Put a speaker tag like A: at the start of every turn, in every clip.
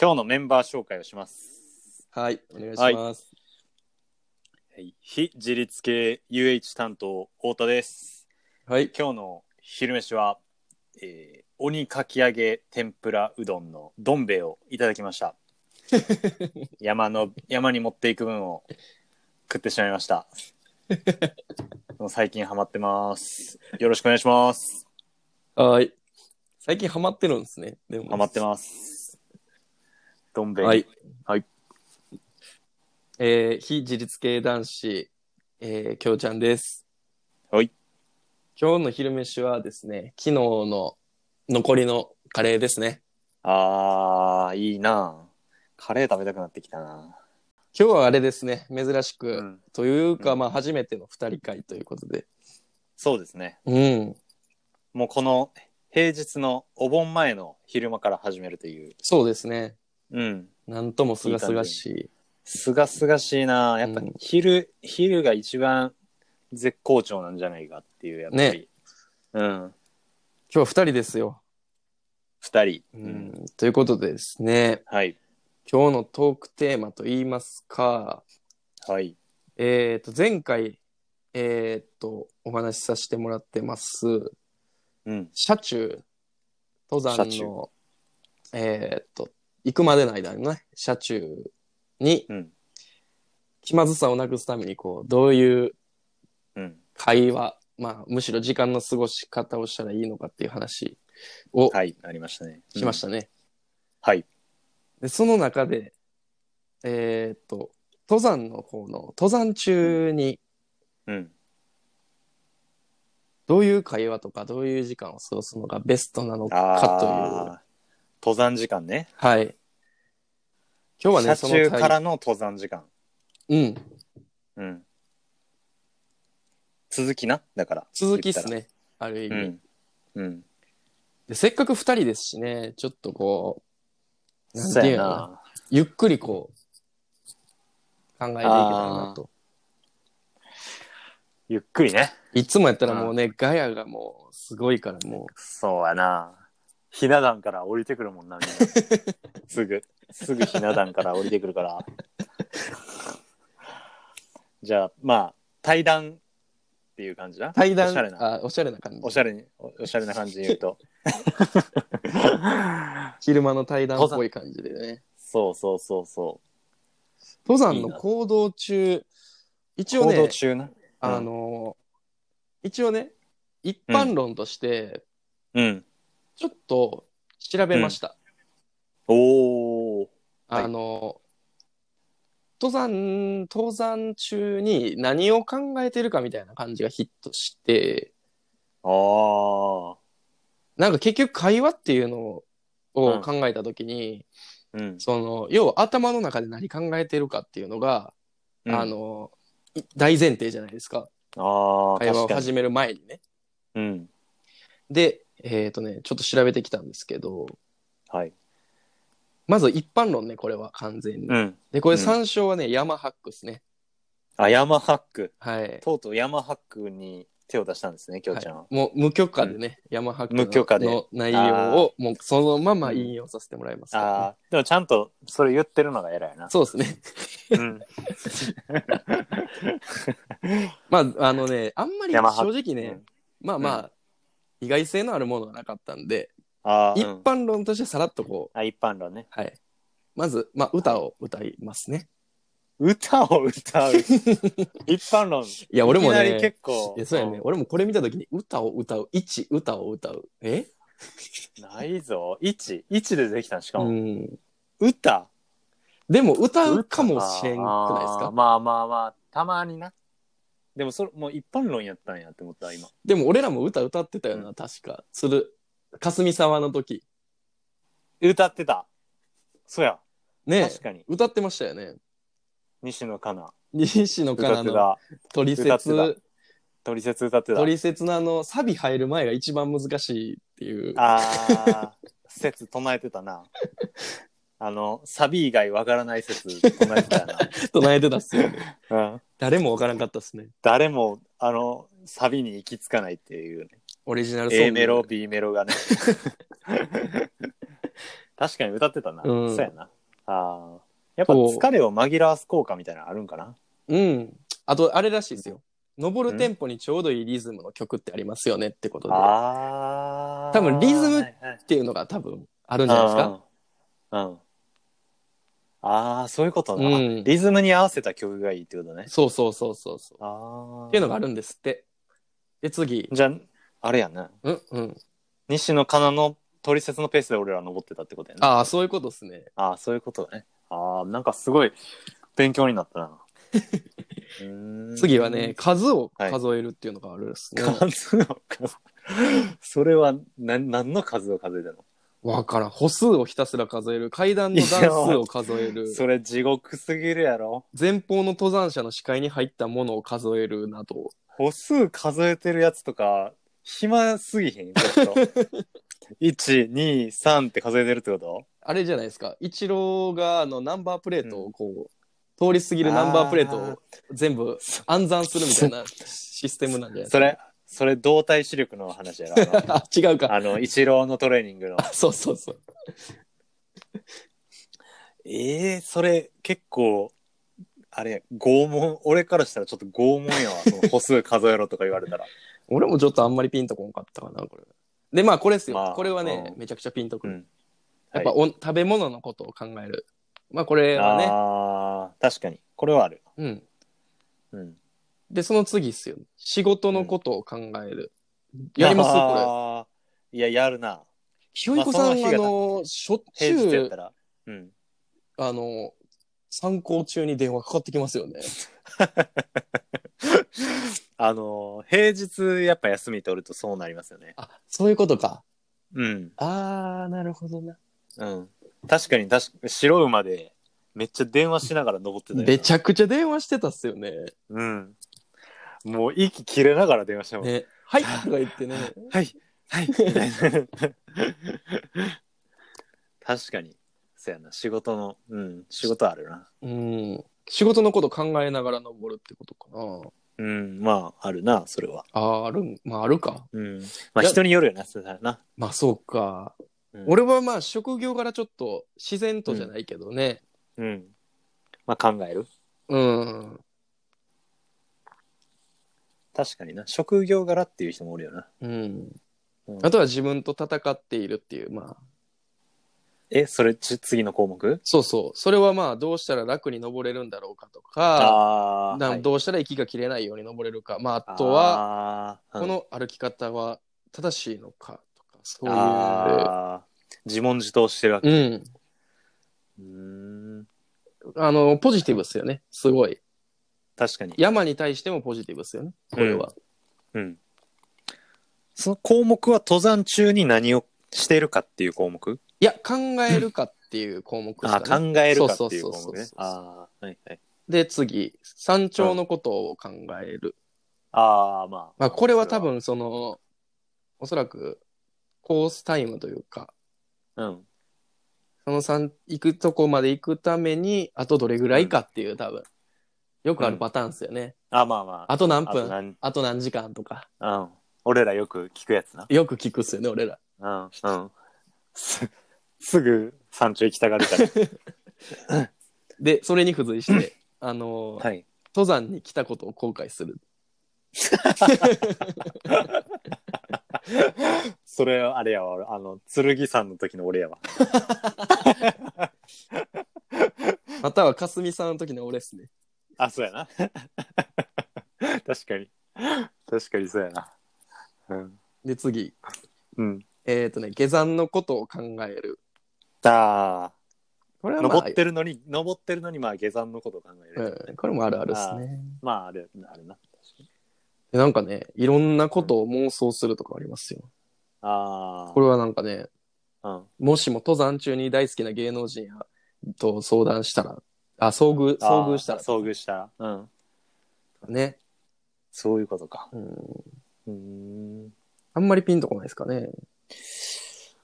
A: 今日のメンバー紹介をします。
B: はい、お願いします。
A: はい、非自立系 UH 担当、太田です。
B: はい、
A: 今日の昼飯は、えー、鬼かき揚げ天ぷらうどんのどん兵衛をいただきま した。山の、山に持っていく分を食ってしまいました。もう最近ハマってます。よろしくお願いします。
B: はい。最近ハマってるんですね。でも
A: ハマってます。どん兵衛。
B: はい。
A: はい。
B: えー、非自立系男子、えー、きょうちゃんです。
A: はい。
B: 今日の昼飯はですね、昨日の残りのカレーですね。
A: あー、いいなカレー食べたくなってきたな、
B: 今日はあれですね、珍しく、
A: うん、
B: というか、
A: うん
B: まあ、初めての二人会ということで。
A: そうですね。
B: うん、
A: もうこの平日のお盆前の昼間から始めるという。
B: そうですね。
A: うん。
B: なんともすがすがしい。
A: すがすがしいなやっぱ
B: うん
A: 昼、昼が一番絶好調なんじゃないかっていう、やっぱり。
B: ね
A: うん。
B: 今日は二人ですよ、
A: 二人、
B: う
A: うんん。
B: ということでですね、
A: はい。
B: 今日のトークテーマと言いますか、
A: はい。
B: えっ、と、前回、えっ、と、お話しさせてもらってます、
A: うん。
B: 車中、登山
A: 車
B: の、えっ、と、行くまでの間のね、車中に
A: うん。
B: 気まずさをなくすために、こう、どういう
A: うん。
B: 会話、まあ、むしろ時間の過ごし方をしたらいいのかっていう話を
A: はい。ありましたね。
B: しました
A: うん
B: ね。
A: はい。
B: でその中でえーっと登山の方の登山中に
A: うん。
B: どういう会話とかどういう時間を過ごすのがベストなのかという
A: ああ。登山時間ね。
B: はい今日はね
A: 車
B: そ
A: 中
B: の
A: からの登山時間。
B: うん
A: うん。続きな、だから。
B: 続きですねある意
A: 言っ
B: 味、
A: たら。うん。うん。
B: でせっかく2人ですしねちょっとこうなん
A: そう
B: てい
A: や
B: うのか
A: な
B: な。ゆっくりこう考えていけたらなと
A: ゆっくりね。
B: いつもやったらもうねガヤがもうすごいからも
A: そうやな。ひな壇から降りてくるもんな、みんな すぐ、すぐひな壇から降りてくるから。じゃあ、まあ、対談っていう感じな。
B: う対談
A: おしゃれな。
B: あおしゃれな感じ
A: おしゃれに、おおしゃれな感じに言う と。
B: 昼間の対談っぽい感じでね。
A: そうそうそうそう。
B: 登山の行動中、一応
A: 行動
B: ね、
A: 中な。
B: あの、一応ね、一般論として、
A: うん。
B: ちょっと調べました。
A: おー。うんはい
B: あの、登山、登山中に何を考えてるかみたいな感じがヒットして、
A: あ
B: なんか結局会話っていうのを考えたときに、
A: ー。うん。
B: その、要は頭の中で何考えてるかっていうのが、
A: うん
B: あ、の、い大前提じゃないですか。
A: あー
B: 会話
A: 確
B: を
A: かに。
B: 始める前にね。
A: うん。
B: で、えっ、とね、ちょっと調べてきたんですけど、
A: はい。
B: まず一般論ね、これは完全に。
A: うん。
B: で、これ
A: うん
B: 参照はね、ヤマハックですね。
A: あ、山ハック。
B: はい。
A: とうとう山ハックに手を出したんですね、きょうちゃんは。
B: はいもう無許可でね、ヤマハックの
A: 無許可で
B: の内容を、もうそのまま引用させてもらいます、
A: ああ、でもちゃんとそれ言ってるのが偉いな。
B: そうですね。
A: うん。
B: まあ、あのね、あんまり
A: ヤマハ
B: 正直ね、まあまあ、意外性のあるものがなかったんで、
A: あー
B: 一
A: うん
B: 般論としてさらっとこう、
A: あ、一般論ね。
B: はい。まず、まあ、歌を歌いますね。
A: 歌を 歌う。一般論。い
B: いや、俺も
A: きな
B: ね
A: り、結構。
B: いやそうやね、俺もこれ見た時に歌を歌う一歌を歌うえ
A: うんないぞ。一一でできたんしか
B: う
A: も。
B: ん
A: 歌。
B: でも歌うかもしれんくないです
A: あー
B: か
A: まあまあまあ、たまにな。でもそれ、もう一般論やったんやって思った、今。
B: でも俺らも歌歌ってたよな、
A: う
B: 確かする霞沢の時
A: 歌ってた。そうや。
B: ね
A: 確かに。
B: 歌ってましたよね
A: 西野カナ。
B: 西野
A: 歌
B: か
A: っ
B: ら
A: て
B: の
A: た。
B: トリセ
A: 歌って
B: ツ
A: トリセツ歌ってた
B: ト。リセツのあのサビ入る前が一番難しいっていう
A: ああ、説唱えてたな。あの、サビ以外わからない説唱えてたよ
B: 唱えてたっすよね
A: な。うん、
B: 誰もわからんかったっすね
A: 誰も、あの、サビに行き着かないっていう、ね、
B: オリジナルソング
A: A メロ、B メロがね。 確かに歌ってたな。
B: うん
A: そうやな。ああ。やっぱ
B: そう
A: 疲れを紛らわす効果みたいなのあるんかな。
B: うん。あと、あれらしいですよ。登るテンポにちょうどいいリズムの曲ってありますよねってことで。っ
A: ああ。
B: 多分リズム
A: はいはい
B: ていうのが多分あるんじゃないですか。
A: うんうん。うんああ、そういうことな、
B: うん
A: リズムに合わせた曲がいいってことね。
B: そうそうそうそうそう。
A: ああ。
B: っていうのがあるんですって。で、次。
A: じゃあ、あれやな。
B: うんうん。
A: 西野カナの取説のペースで俺ら登ってたってことやな。
B: ああ、そういうことですね。
A: ああ、そういうことね。ああ、なんかすごい勉強になった な。うーん
B: 次はね、。数を数えるっていうのがあるんですね。
A: 数の数。それは何何の数を数えたの
B: わからん。歩数をひたすら数える。階段の段数を数える。
A: それ地獄すぎるやろ。
B: 前方の登山者の視界に入ったものを数えるなど。
A: 歩数数えてるやつとか暇すぎへんちょっと 123って数えてるってこと
B: あれじゃないですか。一郎があのナンバープレートをこう、通り過ぎるナンバープレートを全部暗算するみたいなシステムなんじゃないです
A: そ
B: か。
A: れそれ動体視力の話やろ
B: あ違うか。
A: あの一郎のトレーニングの
B: そうそうそう。
A: ええそれ結構あれ拷問俺からしたらちょっと拷問やわその歩数数えろとか言われ たら
B: 俺もちょっとあんまりピンとこんかったかな、これ。で、まあこれですよ。
A: まあ
B: これはね、
A: うん
B: めちゃくちゃピンとく
A: う
B: る。
A: ん
B: やっぱ
A: はい
B: お食べ物のことを考える。まあこれはね。
A: あー確かにこれはある
B: うん。
A: うん
B: で、その次っすよ。仕事のことを考える。やりますこれ。
A: あーいややるな
B: ひよいこさん
A: まあ
B: は、あ
A: その日が
B: の、しょっち
A: 平日
B: ゅ
A: やっ
B: う
A: た、らうん
B: あの、参考中に電話かかってきますよね。
A: あの平日やっぱ休み取るとそうなりますよね。
B: あ、そういうことか。
A: うん。
B: あー、なるほどな。
A: うん。確かに確か白馬でめっちゃ電話しながら登ってたよな
B: めちゃくちゃ電話してたっすよね。
A: うん。もう息切れながら電話してもん。
B: ねはいとか 言ってね。
A: はいはいみたいな確かに。そうやな仕事のうん仕事あるな。
B: うん。仕事のこと考えながら登るってことか
A: うんまああるなそれは。
B: な。あー、あるん、まああるか。
A: うん。まあ人によるよなそれならな。
B: まあそうか。
A: うん
B: 俺はまあ職業柄ちょっと自然とじゃないけどね。
A: うん。まあ考える。
B: うん。
A: 確かにな職業柄っていう人もおるよな。
B: うん。
A: うん
B: あとは自分と戦っているっていう、まあ、
A: えそれち次の項目
B: そうそう。それはまあ、どうしたら楽に登れるんだろうかとか、
A: ああ
B: な
A: はい
B: どうしたら息が切れないように登れるか、まあ、あとは、
A: は
B: この歩き方は正しいのかとか、そうい
A: あー自問自答してるわけ、
B: う。
A: うーん、
B: うん。あの、ポジティブですよね。すごい。
A: 確かに、
B: 山に対してもポジティブですよね。これは。
A: うん、その項目は登山中に何をしてるかっていう項目、
B: いや、考えるかっていう項目です
A: あ
B: か
A: 考
B: ね。
A: えるかっていう
B: そう
A: 項
B: そうそうそう
A: 目ねあーはいはい
B: で、次、山頂のことを考える。
A: あーまあ
B: まあ、これは多分、その、おそらく、コースタイムというか、
A: うん
B: その3、行くとこまで行くために、あとどれぐらいかっていう、多分。よくあるパターンですよね。
A: あまあまあ
B: あと何
A: あと
B: 分あ
A: 何
B: と何時間とか。
A: うん俺らよく聞くやつな
B: よく聞くっすよね、俺ら。
A: うんうんすすぐ山頂行きたがるから
B: で、それに付随して、あの ー
A: はい
B: 登山に来たことを後悔する。
A: それあれやわ俺あの剣さんの時の俺やわ
B: または、かすみさんの時の俺っすね。
A: あ、そうやな。 確かに。確かにそうやな。うん。
B: で、次。
A: うん。
B: えっ、とね、下山のことを考える。
A: あ
B: これ
A: あ、
B: は、まあ、
A: 登ってるのに、登ってるのに、まあ、下山のことを考える、
B: うん、これもあるあるっすね。
A: まあ、あれ、あれな。
B: でなんかね、いろんなことを妄想するとかありますよ。
A: ああ。
B: これはなんかね、
A: うん。
B: もしも登山中に大好きな芸能人やと相談したら、あ、遭遇、遭遇した
A: あ
B: ら
A: ー遭遇した。うん。
B: ね、
A: そういうことか。
B: うん。
A: うーん。
B: あんまりピンとこないですかね。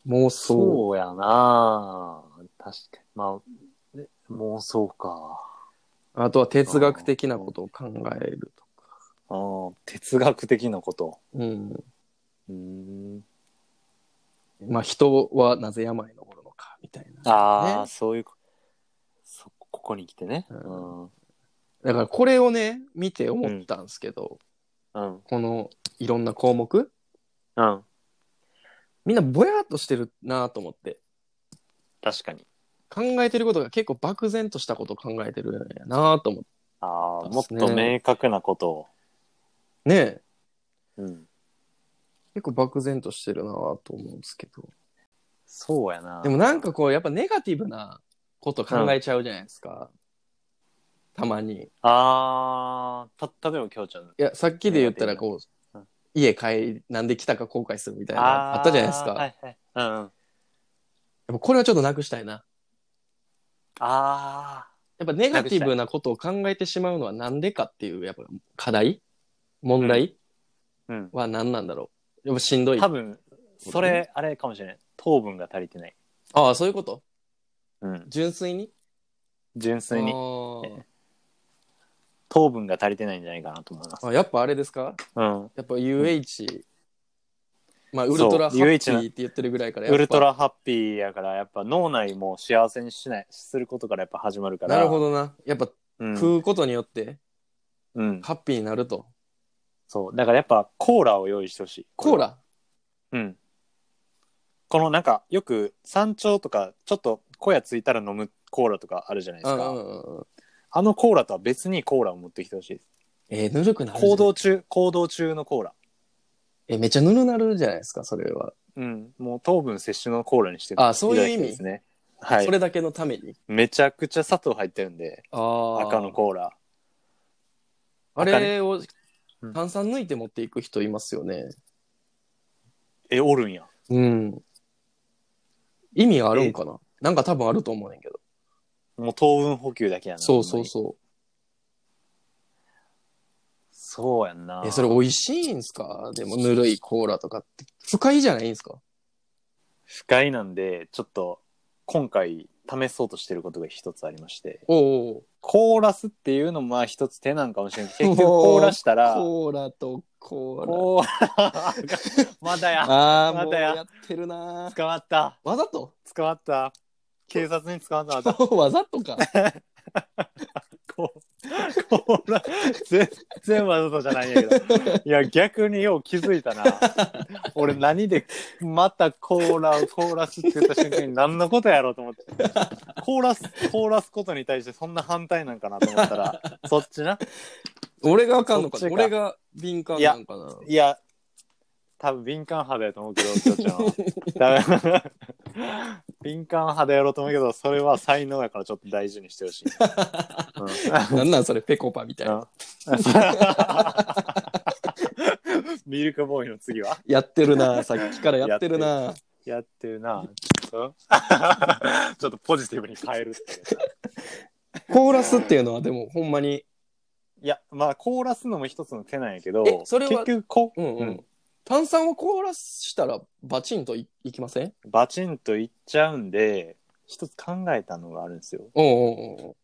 B: 妄想。
A: そうやな。確かに。まあ、で妄想か。
B: あとは哲学的なことを考えるとか。
A: あー哲学的なこと。
B: うん。
A: うーん。
B: まあ、人はなぜ山に登るのか、みたいな。
A: ああ、
B: ね
A: そういうこそここに来てね、
B: う
A: うん
B: んだからこれをね、見て思ったんですけど、
A: うん
B: このいろんな項目、
A: うん、
B: みんなぼやっとしてるなと思って、
A: 確かに
B: 考えてることが結構漠然としたことを考えてるんやなと思って。
A: ああ、
B: そう
A: も
B: っ
A: っ
B: すね
A: と明確なことを、
B: ねえ
A: うん、
B: 結構漠然としてるなと思うんですけど。
A: そうやな
B: でもなんかこう、やっぱネガティブなこと考えちゃうじゃないですか。たまに。
A: ああた例えばきょうちゃん
B: いや、さっきで言ったら、
A: ネガティ
B: こ
A: う、
B: うん家帰、なんで来たか後悔するみたいな、あったじゃないですか。
A: ーはいはいうんうん、
B: やっぱこれはちょっとなくしたいな。
A: あ
B: やっぱネガティブなことを考えてしまうのはなんでかっていう、やっぱ課題問題
A: あ、うん、
B: は何なんだろう。やっぱしんどい。
A: 多
B: あ
A: 分それあれかもしれない糖分が足りてない、
B: あ、そういうこと
A: うん、
B: 純粋に
A: 純粋に
B: あー
A: 糖分が足りてないんじゃないかなと思います、
B: あやっぱあれですか
A: うん、
B: やっぱ UH、まあ、ウルトラハ
A: そう
B: ッピ
A: UH な
B: ーって言ってるぐらいからやっぱ
A: ウルトラハッピーやからやっぱ脳内も幸せにしないすることからやっぱ始まるから
B: なるほ
A: ど、
B: どなやっぱ
A: うん
B: 食うことによって
A: うん、
B: ハッピーになると、
A: そうだからやっぱコーラを用意してほしい
B: コーラ
A: うん。このなんかよく山頂とかちょっと小屋ついたら飲むコーラとかあるじゃないで
B: う
A: す
B: んう
A: か。
B: んうんうん
A: あのコーラとは別にコーラを持ってきてほしいです。
B: えー、ぬるくなるじゃん
A: 行動中、行動中のコーラ。
B: えめっちゃぬるなるじゃないですかそれは、
A: うん。もう糖分摂取のコーラにして
B: あそういう意
A: ただ
B: 味
A: きたですね。はい
B: そ。れだけのために
A: めちゃくちゃ砂糖入ってるんで、
B: あー
A: 赤のコーラ。
B: あれを
A: うん
B: 炭酸抜いて持っていく人いますよね
A: え、おるんや。
B: うん意味あるんかななんか多分あると思うねんけど
A: もう糖分補給だけやな。
B: そうそう
A: う。
B: そ
A: そうやんな
B: う。えそれ美味しいんすかでもぬるいコーラとかって不快じゃないんすか
A: 不快なんで、ちょっと今回試そうとしてることが一つありまして。
B: おうおう
A: 凍らすっていうのもまあ一つ手なんかもしれない結局凍らしたら
B: コーラとコーラ。
A: 凍らまだや
B: ああ、
A: ま
B: もう
A: たや
B: やってるなー。
A: 捕まった
B: わざと
A: 捕まった警察に捕まったまた
B: わざとか。
A: こう凍ら全然わざとじゃないんやけどいや逆によう気づいたな俺何でまたコーラを凍らすって言った瞬間に何のことやろうと思って凍らす凍らすことに対してそんな反対なんかなと思ったらそっちな
B: 俺があかんのか
A: そっちか
B: 俺が敏感なんかな。
A: いや、多分敏感派だよと思うけど、きょうちゃんは。多分敏感派でやろうと思うけど、それは才能やからちょっと大事にしてほしい。うん
B: なんなんそれ、ペコパみたいな。
A: ミルクボーイの次は
B: やってるなーさっきからやってるな
A: やってるな。ちょっとちょっとポジティブに変えるっていう
B: コーラスっていうのはでもほんまに、
A: いや、まあ、凍らすのも一つの手なんやけど
B: え、それは
A: 結局こ、
B: うんう。
A: うんん
B: 炭酸を凍らしたらバチンといいきません
A: バチンといっちゃうんで、一つ考えたのがあるんですよ。
B: おうおうおう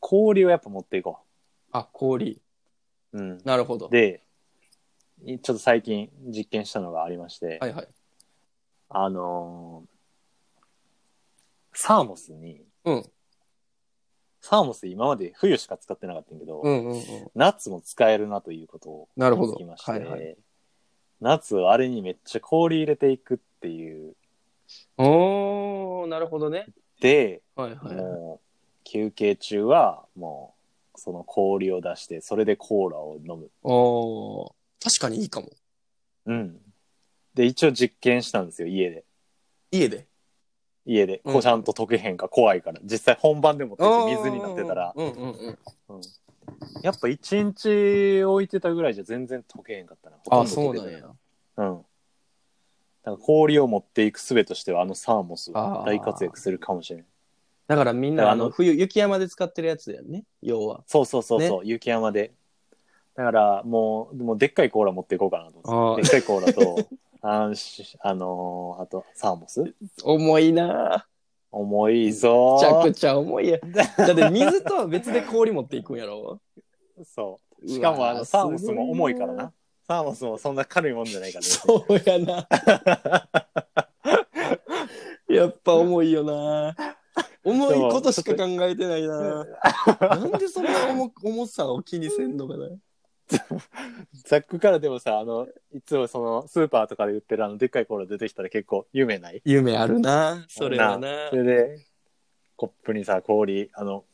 A: 氷をやっぱ持っていこ
B: あ、氷。
A: う。うん。
B: なるほど。
A: で、いちょっと最近実験したのがありまして、
B: はいはい。
A: あのーサーモスに、
B: うん。
A: サーモス今まで冬しか使ってなかったんやけど、
B: うんうんうん。
A: 夏も使えるなということを
B: なるほど
A: 気づきまして、
B: はいは
A: 夏はあれにめっちゃ氷入れていくっていう。
B: おー、なるほどね。
A: で、
B: はいはいはい。
A: もう休憩中はもうその氷を出して、それでコーラを飲む。
B: おー。確かにいいかも。
A: うん。で、一応実験したんですよ、家で。
B: 家で。
A: 家で、こ
B: う
A: うんちゃんと溶けへんか怖いから、実際本番でも溶けて水になってたら、
B: うんうんうん。
A: やっぱ一日置いてたぐらいじゃ全然溶けへんかったな。
B: あ、
A: ほと
B: そ
A: ど
B: う
A: 溶
B: な
A: け
B: ん
A: て
B: や
A: い。。うん。だから氷を持っていく術としては、あのサーモス
B: あ
A: は
B: ー
A: 大活躍するかもしれない。
B: だからみん
A: だ
B: な、
A: からあ
B: あの、
A: の
B: 冬、雪山で使ってるやつだよね。要は。
A: そうそうそうそう、雪山で。だからもう、もうでっかいコーラ持っていこうかなと思って。でっかいコーラと、あの、しあのーあとサーモス
B: 重いな
A: 重いぞ
B: ぁ。ちゃ
A: ー
B: くちゃ 重いや。だって水とは別で氷持っていくんやろ。
A: そう。
B: うわー
A: しかもあのサーモスも重いから
B: すごい
A: な
B: な。
A: サーモスもそんな軽いもんじゃないから、ね。
B: そうやな。 やっぱ重いよな。重いことしか考えてないな。なんでそんな重重さを気にせんの かな。
A: ザックからでもさ、あの、いつもその、スーパーとかで売ってるあの、でっかいコーラ出てきたら結構有名ない
B: 夢あるな。それはな。
A: それで、コップにさ、氷、あの、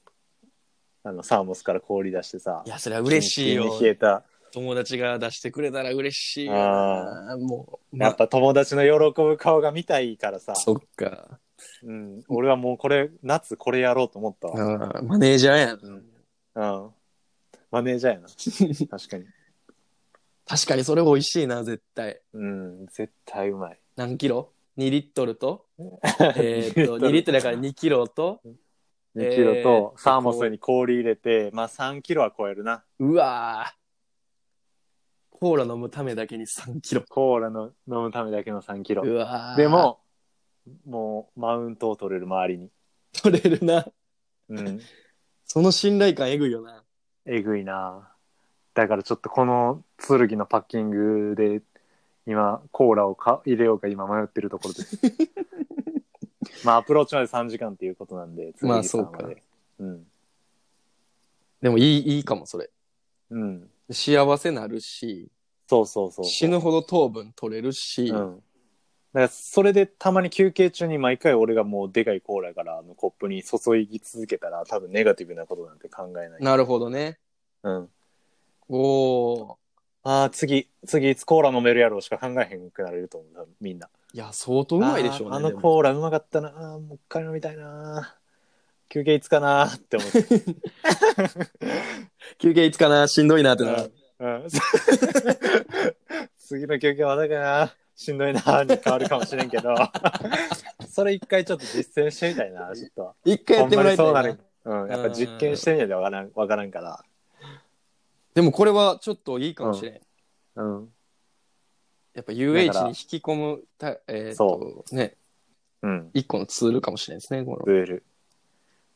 A: あの、サーモスから氷出してさ
B: い、や、それは嬉し
A: キ
B: い
A: ンキン
B: よ
A: に。冷えた。
B: 友達が出してくれたら嬉しいよな。もう、ま
A: やっぱ友達の喜ぶ顔が見たいからさ、
B: そっか。
A: うん、俺はもうこれ、夏これやろうと思ったわ。
B: うんマネージャーやな。
A: うん。マネージャーや な。確かに。
B: 確かにそれ美味しいな、絶対。
A: うん、絶対うまい。
B: 何キロ ?2 リット ルと、えーっと、2リットルだから2キロと、
A: 2キロと
B: えー
A: サーモスに氷入れて、まあ3キロは超えるな。
B: うわーコーラ飲むためだけに3キロ。
A: コーラの飲むためだけの3キロ
B: う。わー
A: で、も、もうマウントを取れる周りに。
B: 取れるな。
A: うん。
B: その信頼感えぐいよな。
A: えぐいなだからちょっとこの剣のパッキングで今コーラをか入れようか今迷ってるところです まあアプローチまで3時間っていうことなんで
B: まあ
A: 剣さん
B: そうか
A: でうん
B: でもいい、いいかも、それ。
A: うん
B: 幸せなるし、
A: そうそうそう
B: 死ぬほど糖分取れるし、
A: うんだからそれでたまに休憩中に毎回俺がもうでかいコーラからあのコップに注ぎ続けたら多分ネガティブなことなんて考えない、
B: なるほどね。
A: うん、
B: おー。
A: ああ次次いつコーラ飲めるやろうしか考えへんくなれると思う多分みんない
B: や、相当うまいでしょうね。
A: あーあ
B: で
A: の
B: も
A: コーラうまかったな。あーもう一回飲みたいな。休憩いつかなって思 って。
B: 休憩いつかな、しんどいなってなる。
A: うん、 次の休憩まだかな。しんどいなに変わるかもしれんけど。 それ一回ちょっと実践してみたいな、ちょっと。
B: 一回やってもらいた
A: ほ
B: い
A: んま
B: な
A: にそうなる。うん、やっぱ実験してみないとわからん、わからんから。
B: でもこれはちょっといいかもしれん。
A: うん。
B: やっ
A: だか
B: ぱ
A: ら
B: UH に引き込むた、えーっと
A: そ
B: ね、
A: うん。
B: 一個のツールかもしれないですね、こ
A: ブール。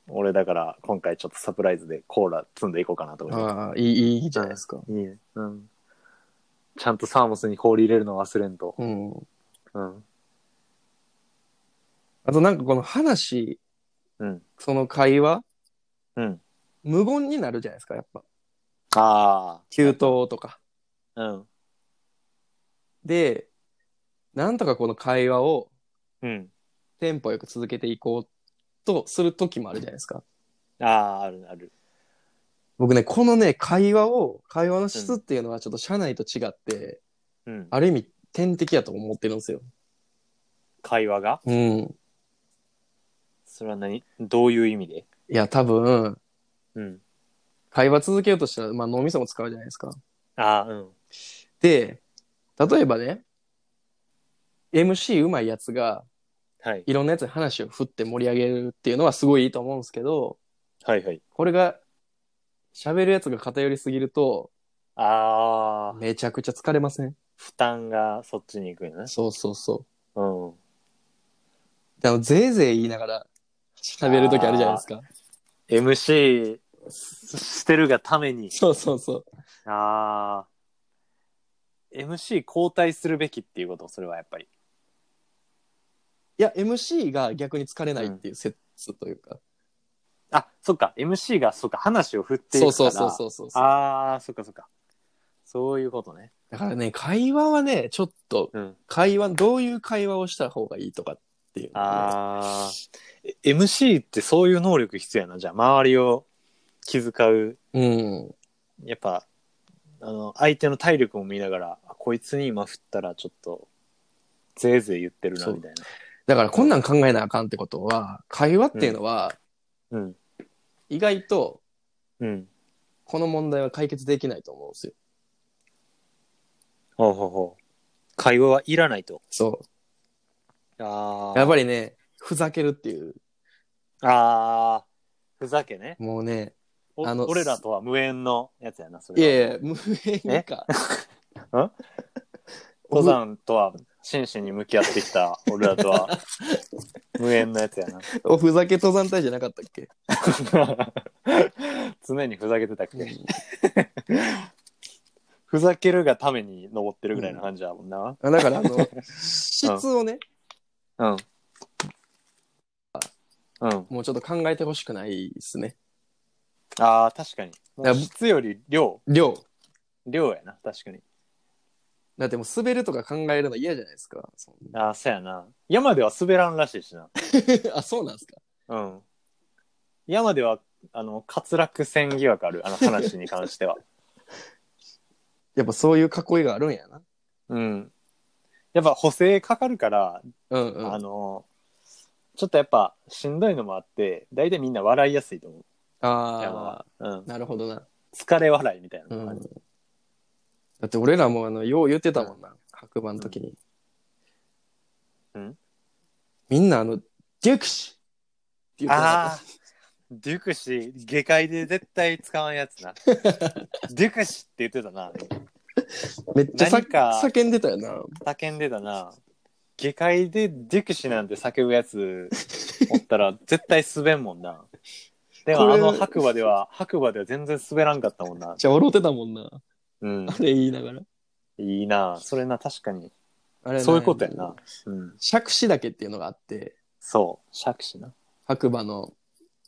A: 俺だから今回ちょっとサプライズでコーラ積んでいこうかなと思
B: の。
A: って。
B: ああ、いい、いいじゃないですか。
A: いいね。うん。ちゃんとサーモスに氷入れるの忘れんと。
B: うん。
A: うん。
B: あとなんかこの話、
A: うん。
B: その会話、
A: うん。
B: 無言になるじゃないですか、やっぱ。
A: ああ。
B: 給湯とか。
A: うん。
B: で、なんとかこの会話を
A: うん。
B: テンポよく続けていこうとする時もあるじゃないですか。
A: ああ、あるある。
B: 僕ね、このね、会話を、会話の質っていうのはちょっと社内と違って、
A: うん。
B: ある意味天敵やと思ってるんですよ。
A: 会話が
B: うん。
A: それは何どういう意味で
B: いや、多分、
A: うん。
B: 会話続けようとしたら、まあ脳みそも使うじゃないですか。
A: ああ、うん。
B: で、例えばね、MC うまいやつが、
A: はい。
B: いろんなやつに話を振って盛り上げるっていうのはすごいいいと思うんですけど、
A: はいはい。
B: これが、喋るやつが偏りすぎると、
A: ああ、
B: めちゃくちゃ疲れません
A: 負担がそっちに行くんやな。
B: そうそうそ
A: うん。
B: う。であの、ぜいぜい言いながら喋るときあるじゃないですか。
A: MC してるがために。
B: そうそうそう。
A: ああ。MC 交代するべきっていうこと、それはやっぱり。
B: いや、MC が逆に疲れないっていう説というか。
A: あ、そっか。MC が、そっか。話を振ってい
B: そ
A: く
B: う
A: か
B: そ
A: ら。
B: うそうそうそう。
A: ああ、そっかそっか。そういうことね。
B: だからね、会話はね、ちょっと、
A: うん。
B: 会話、どういう会話をした方がいいとかっていうのがね。
A: ああ。え MC ってそういう能力必要やな。じゃあ、周りを気遣う。
B: うん。
A: やっぱ、あの、相手の体力も見ながら、あこいつに今振ったらちょっと、ぜいぜい言ってるな、
B: そう
A: みたいな。
B: だからこんなん考えなあかんってことは、会話っていうのは、
A: うん。
B: 意外と
A: うん。
B: この問題は解決できないと思うんですよ。
A: ほうほうほう。会話はいらないと。
B: そ
A: あ
B: う。
A: あ。
B: やっぱりね、ふざけるっていう、
A: ああ。ふざけね。
B: もうね、
A: お
B: あの
A: 俺らとは無縁のやつやな、そ
B: い
A: れは。
B: やいや、無縁か。
A: 登山とは真摯に向き合ってき た俺らとは無縁のやつやな。
B: おふざけ登山隊じゃなかったっけ
A: 常にふざけてたっけ、ふざけるがために登 ってるぐらいの感じだもんな。
B: あだから、あの、質をね、
A: うん。うん。
B: もうちょっと考えてほしくないですね。
A: ああ、確かに。もう
B: あ
A: 質より量。
B: 量。
A: 量やな、確かに。
B: だってもう滑るとか考えるの嫌じゃないですか。そんな
A: ああ、そうやな。山では滑らんらしいしな。
B: あ、そうなんですか。
A: うん。山では、あの、滑落船疑惑ある、あの話に関しては。
B: やっぱそういう囲いがあるんやな。
A: うん。やっぱ補正かかるから、
B: うんうん。
A: あ
B: あ
A: の、ちょっとやっぱしんどいのもあって、大体みんな笑いやすいと思う。山
B: あ
A: は。うん
B: ー、。なるほどな。
A: 疲れ笑いみたいな
B: う
A: のがあ
B: ん
A: る。。
B: だって俺らもあの、よう言ってたもんな。白板の時に。
A: うん
B: みんなあの、デュクシって言ってなかった
A: ああ、デュクシ、下界で絶対使わんやつ な。デュクシって言ってたな。
B: めっちゃさ
A: 何か
B: 叫んでたよな。
A: 叫んでたな。下界でデュクシなんて叫ぶやつおったら絶対滑んもんな。で
B: こ
A: も
B: れ
A: あの白馬では、白馬では全然滑らんかったもんな。
B: じゃあ笑ってたもんな。
A: うん
B: あ。れ言いながら。
A: いいな。それな、確かに。
B: あれ
A: そういうことやな。。うん。
B: 杓子だけっていうのがあって、
A: そう。釈子な。
B: 白馬の、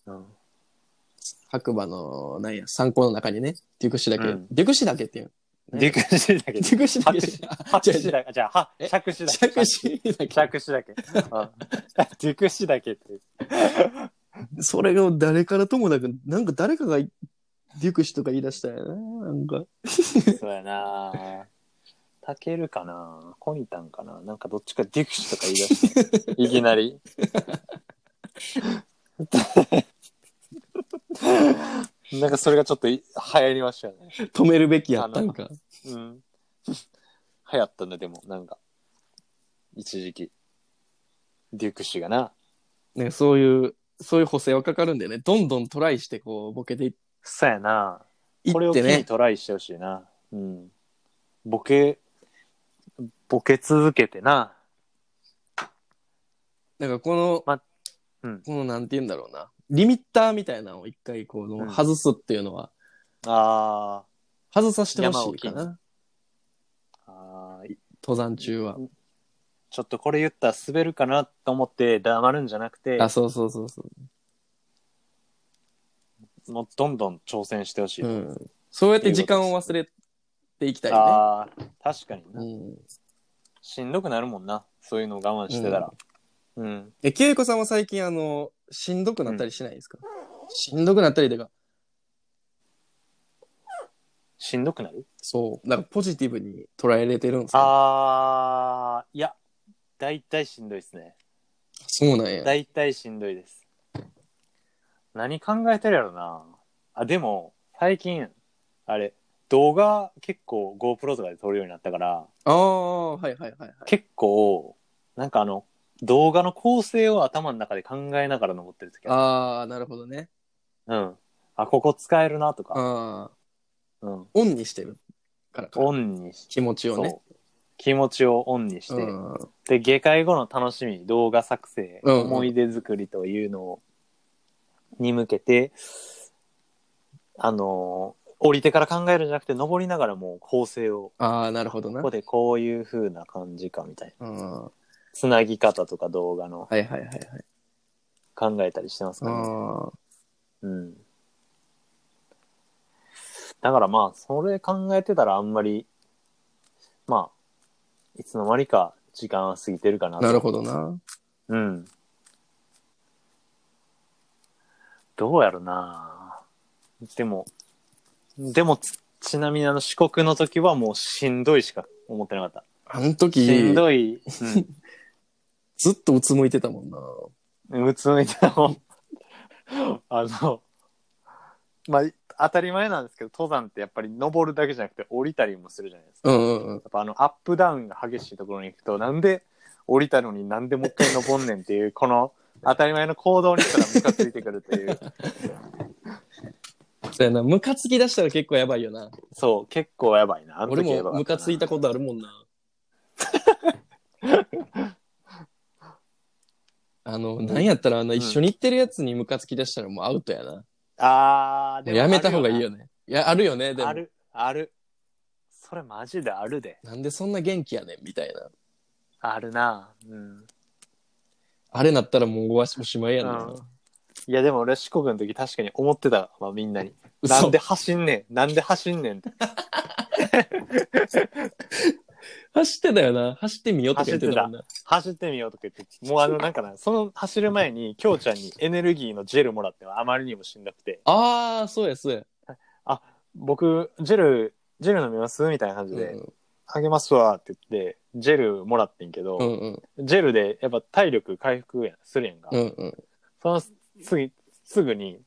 A: うん。
B: 白馬の、なんや、参考の中にね、デュクシだけ、
A: うん
B: デュクシだけっていう。
A: デュクシだけ
B: デ。ュクシだけ。
A: 白紙だけ。じゃあ、は、
B: え
A: 釈子だけ。
B: 杓子だけ。
A: 着手だけ。あデュクシだけって。
B: それが誰からともなく、なんか誰かがデュクシとか言い出したよな。なんか。
A: そうやなたけるかなコニタンかななんかどっちかデュクシとか言い出して。 いきなり。なんかそれがちょっとい流行りましたよね。
B: 止めるべきやったんか。
A: うん。流行ったんだ、でも、なんか。一時期。デュクシがな。
B: ね、そういう、そういう補正はかかるんでね、どんどんトライして、こう、ボケてい
A: そうやな
B: っ
A: これを機
B: て
A: に
B: ね。
A: トライしてほしいな。うん。ボケ、ボケ続けてな。
B: なんかこの、
A: まうん
B: このなんて言うんだろうな。リミッターみたいなのを一回、こ
A: う
B: の、
A: ん
B: 外すっていうのは、
A: あ
B: 外させてほしいか
A: 山を
B: な。
A: ーあー、
B: 登山中は。
A: ちょっとこれ言ったら滑るかなと思って黙るんじゃなくて
B: あ、、そうそうそうそう。
A: もうどんどん挑戦してほしい。
B: うん。そうやって時間を忘れていきたいね。
A: ああ、確かに
B: う
A: な。
B: ん。
A: しんどくなるもんな。そういうのを我慢してたら。うん。
B: え、きよこさんは最近、あの、しんどくなったりしないですか、しんどくなったりとか、
A: しんどくなる
B: そう、なんかポジティブに捉えれてるんですか
A: ああ、いや、だいたいしんどいですね。
B: そう なんや。
A: だいたいしんどいです。何考えてるやろな。あ、でも、最近、あれ、動画結構 GoPro とかで撮るようになったから、
B: ああ、はいはいはい、はい。
A: 結構、なんかあの、動画の構成を頭の中で考えながら登ってる時あ
B: ああ、なるほどね。
A: るうん。あ、ここ使えるなとか、
B: ああ、
A: うん。
B: オンにしてるからか。
A: オンにし
B: 気持ちをね。
A: そう気持ちをオンにして、
B: うん
A: で、下界後の楽しみ、動画作成、
B: うんうん
A: 思い出作りというのを、に向けて、あのー降りてから考えるんじゃなくて、登りながらもう構成を、
B: ああ、なるほどな
A: ここ。でこういう風な感じかみたいな。
B: うんは
A: つなぎ方とか動画の
B: いはいはいはい。
A: 考えたりしてますかね。
B: あ
A: うん。だからまあ、それ考えてたらあんまり、まあ、いつの間にか時間は過ぎてるかな
B: あ、
A: と
B: なるほどな。
A: うん。どうやろなでも、でもち、ちなみにあの四国の時はもうしんどいしか思ってなかった。
B: あの
A: しん
B: 時、
A: ど い、
B: ずっとうつむいてたもんな。
A: うん、うつむいてたもん。あの、まあ、当たり前なんですけど、登山ってやっぱり登るだけじゃなくて降りたりもするじゃないですか。
B: うんうんうん。
A: やっぱあの、アップダウンが激しいところに行くと、なんで降りたのになんでもう一回登んねんっていう、この当たり前の行動にからムカついてくるという。
B: そうやな、ムカつき出したら結構やばいよな。
A: そう、結構やばいな。あの
B: 俺
A: 時やば
B: も
A: かっ
B: ム
A: たな
B: カついたことあるもん な。あの、なんやったら、あの、
A: うん
B: 一緒に行ってるやつにムカつき出したらもうアウトやな。
A: あー、でも
B: やめた方がいい
A: ね。
B: よね。いや、あるよね、でも
A: あ。る、ある。それマジであるで。
B: なんでそんな元気やねん、みたいな。
A: あるな。うん。
B: あれなったらもうおわしおしまいやな。
A: うんいやでも俺は四国の時確かに思ってた、まあ、みんなに。な
B: 嘘
A: んで走んねんなんで走んねんって。
B: 走ってたよな。走ってみようとか言ってたもんな。
A: 走ってみようとか言って、もうあのなんかな、その走る前に、きょうちゃんにエネルギーのジェルもらってあまりにもしんどくて、
B: ああ、そうや、そうや。
A: 僕、ジェル、ジェル飲みますみたいな感じ
B: うんう
A: で、
B: ん
A: あげますわって言って、ジェルもらってんけど、
B: うんうん
A: ジェルでやっぱ体力回復やんするやんか。
B: うんうん。
A: その次、すぐに、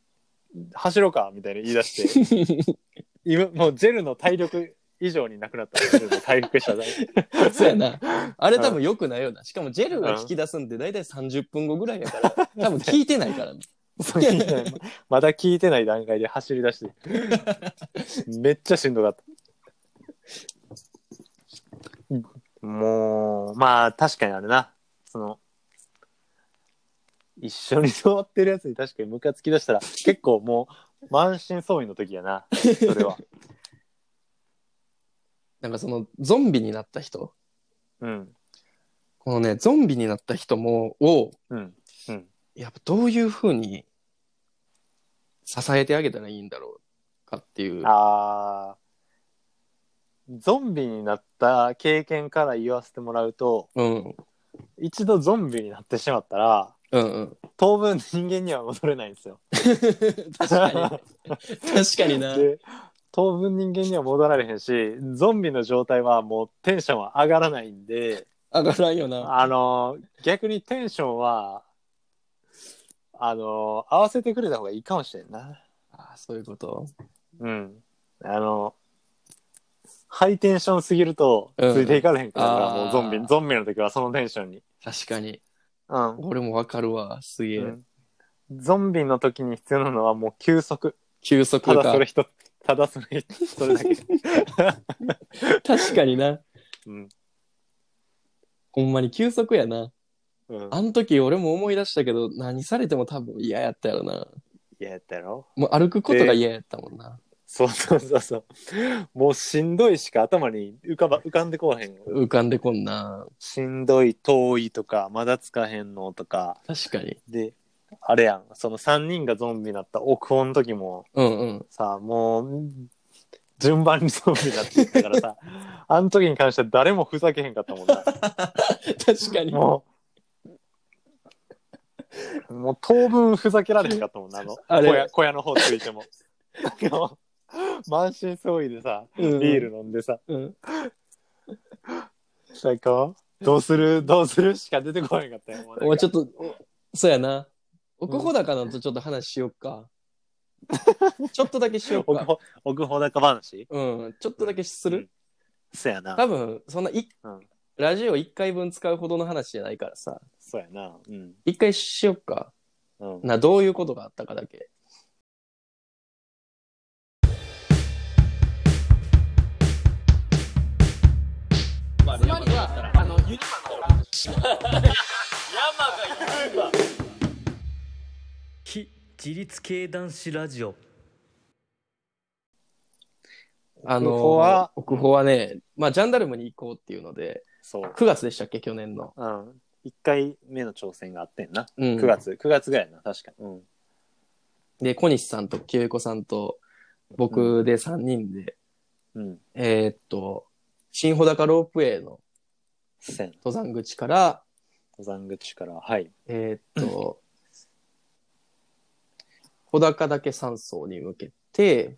A: 走ろうかみたいな言い出して、 今、もうジェルの体力以上になくなった。ジェルで回復しただけ。
B: そうやな。あれ多分良くないよな。しかもジェルが引き出すんで大体30分後ぐらいやから、多分効いてないからね。
A: そう聞いてないまだ聞いてない段階で走り出して、めっちゃしんどかった。もう、まあ確かにあれな、その、一緒に座ってるやつに確かにムカつき出したら、結構もう、満身創痍の時やな、それは。
B: なんかそのゾンビになった人、
A: うん、
B: このね、ゾンビになった人も、を、
A: うん、うん。
B: やっぱどういうふうに支えてあげたらいいんだろうかっていう。
A: あーゾンビになった経験から言わせてもらうと、
B: うん。
A: 一度ゾンビになってしまったら、
B: うんうん。
A: 当分人間には戻れないんですよ。
B: 確かに。確かにな。
A: で当分人間には戻られへんしゾンビの状態はもうテンションは上がらないんで
B: 上がらんよな。
A: あの逆にテンションはあの合わせてくれた方がいいかもしれんな。
B: あーそういうこと。
A: うん。あのハイテンションすぎると
B: うん
A: ついていかれへんから、
B: あー
A: もうゾンビゾンビの時はそのテンションに。
B: 確かに。
A: うん
B: 俺もわかるわ。すげえ。
A: うんゾンビの時に必要なのはもう休息
B: 休息
A: た
B: か。
A: だそれ一つただそれ一つそれ だけ、
B: 確かにな。
A: うん
B: ほんまに休息やな。
A: うん、
B: あの時俺も思い出したけど、何されても多分嫌やったやろな。
A: いややったやろ
B: もう歩くことが嫌やったもんな。
A: そうそうそうそう。もうしんどいしか頭に浮かば浮かんでこわへんよ。
B: 浮かんでこんな。
A: しんどい、遠いとか、まだつかへんのとか。
B: 確かに。
A: で、あれやん、その3人がゾンビになった奥音の時も
B: うんうん。
A: さ、もう、順番にゾンビになっていったから さ、あの時に関しては誰もふざけへんかったもんな。
B: 確かに。
A: もう、もう当分ふざけられへんかったもんな、あの、
B: あ
A: 小
B: れ
A: 屋小屋の方ついても。なんかもう満身創痍でさ、
B: うん
A: ビール飲んでさ、
B: うん。
A: 最高どうするどうするしか出てこなかったよ。もうなんか
B: もうちょっと、そうやな。奥穂高のとちょっと話しよっか。 ちょっとだけしよっ
A: 奥
B: か。
A: ほ奥穂高話
B: うん。ちょっとだけする、
A: そやな。
B: 多分、そんな、い
A: うん
B: ラジオ1回分使うほどの話じゃないからさ。
A: そやな。うん。
B: 一回しよっか。
A: うん、
B: な、どういうことがあったかだけ。
C: つまりはあのユニ
D: 非自律系男子ラジオ
B: あの
A: 奥穂は
B: 奥穂はね、まあ、ジャンダルムに行こうっていうので、
A: そう。
B: 9月でしたっけ、去年の。
A: うん。1回目の挑戦があってんな。
B: うん
A: 9月、9月ぐらいやな、確かに。うん。
B: で、小西さんと清子さんと、僕で3人で、
A: うん。
B: えーっと、新穂高ロープウェイの
A: そやな。
B: 登山口から、
A: 登山口から、はい。
B: えー っと、穂高岳山荘に向けて、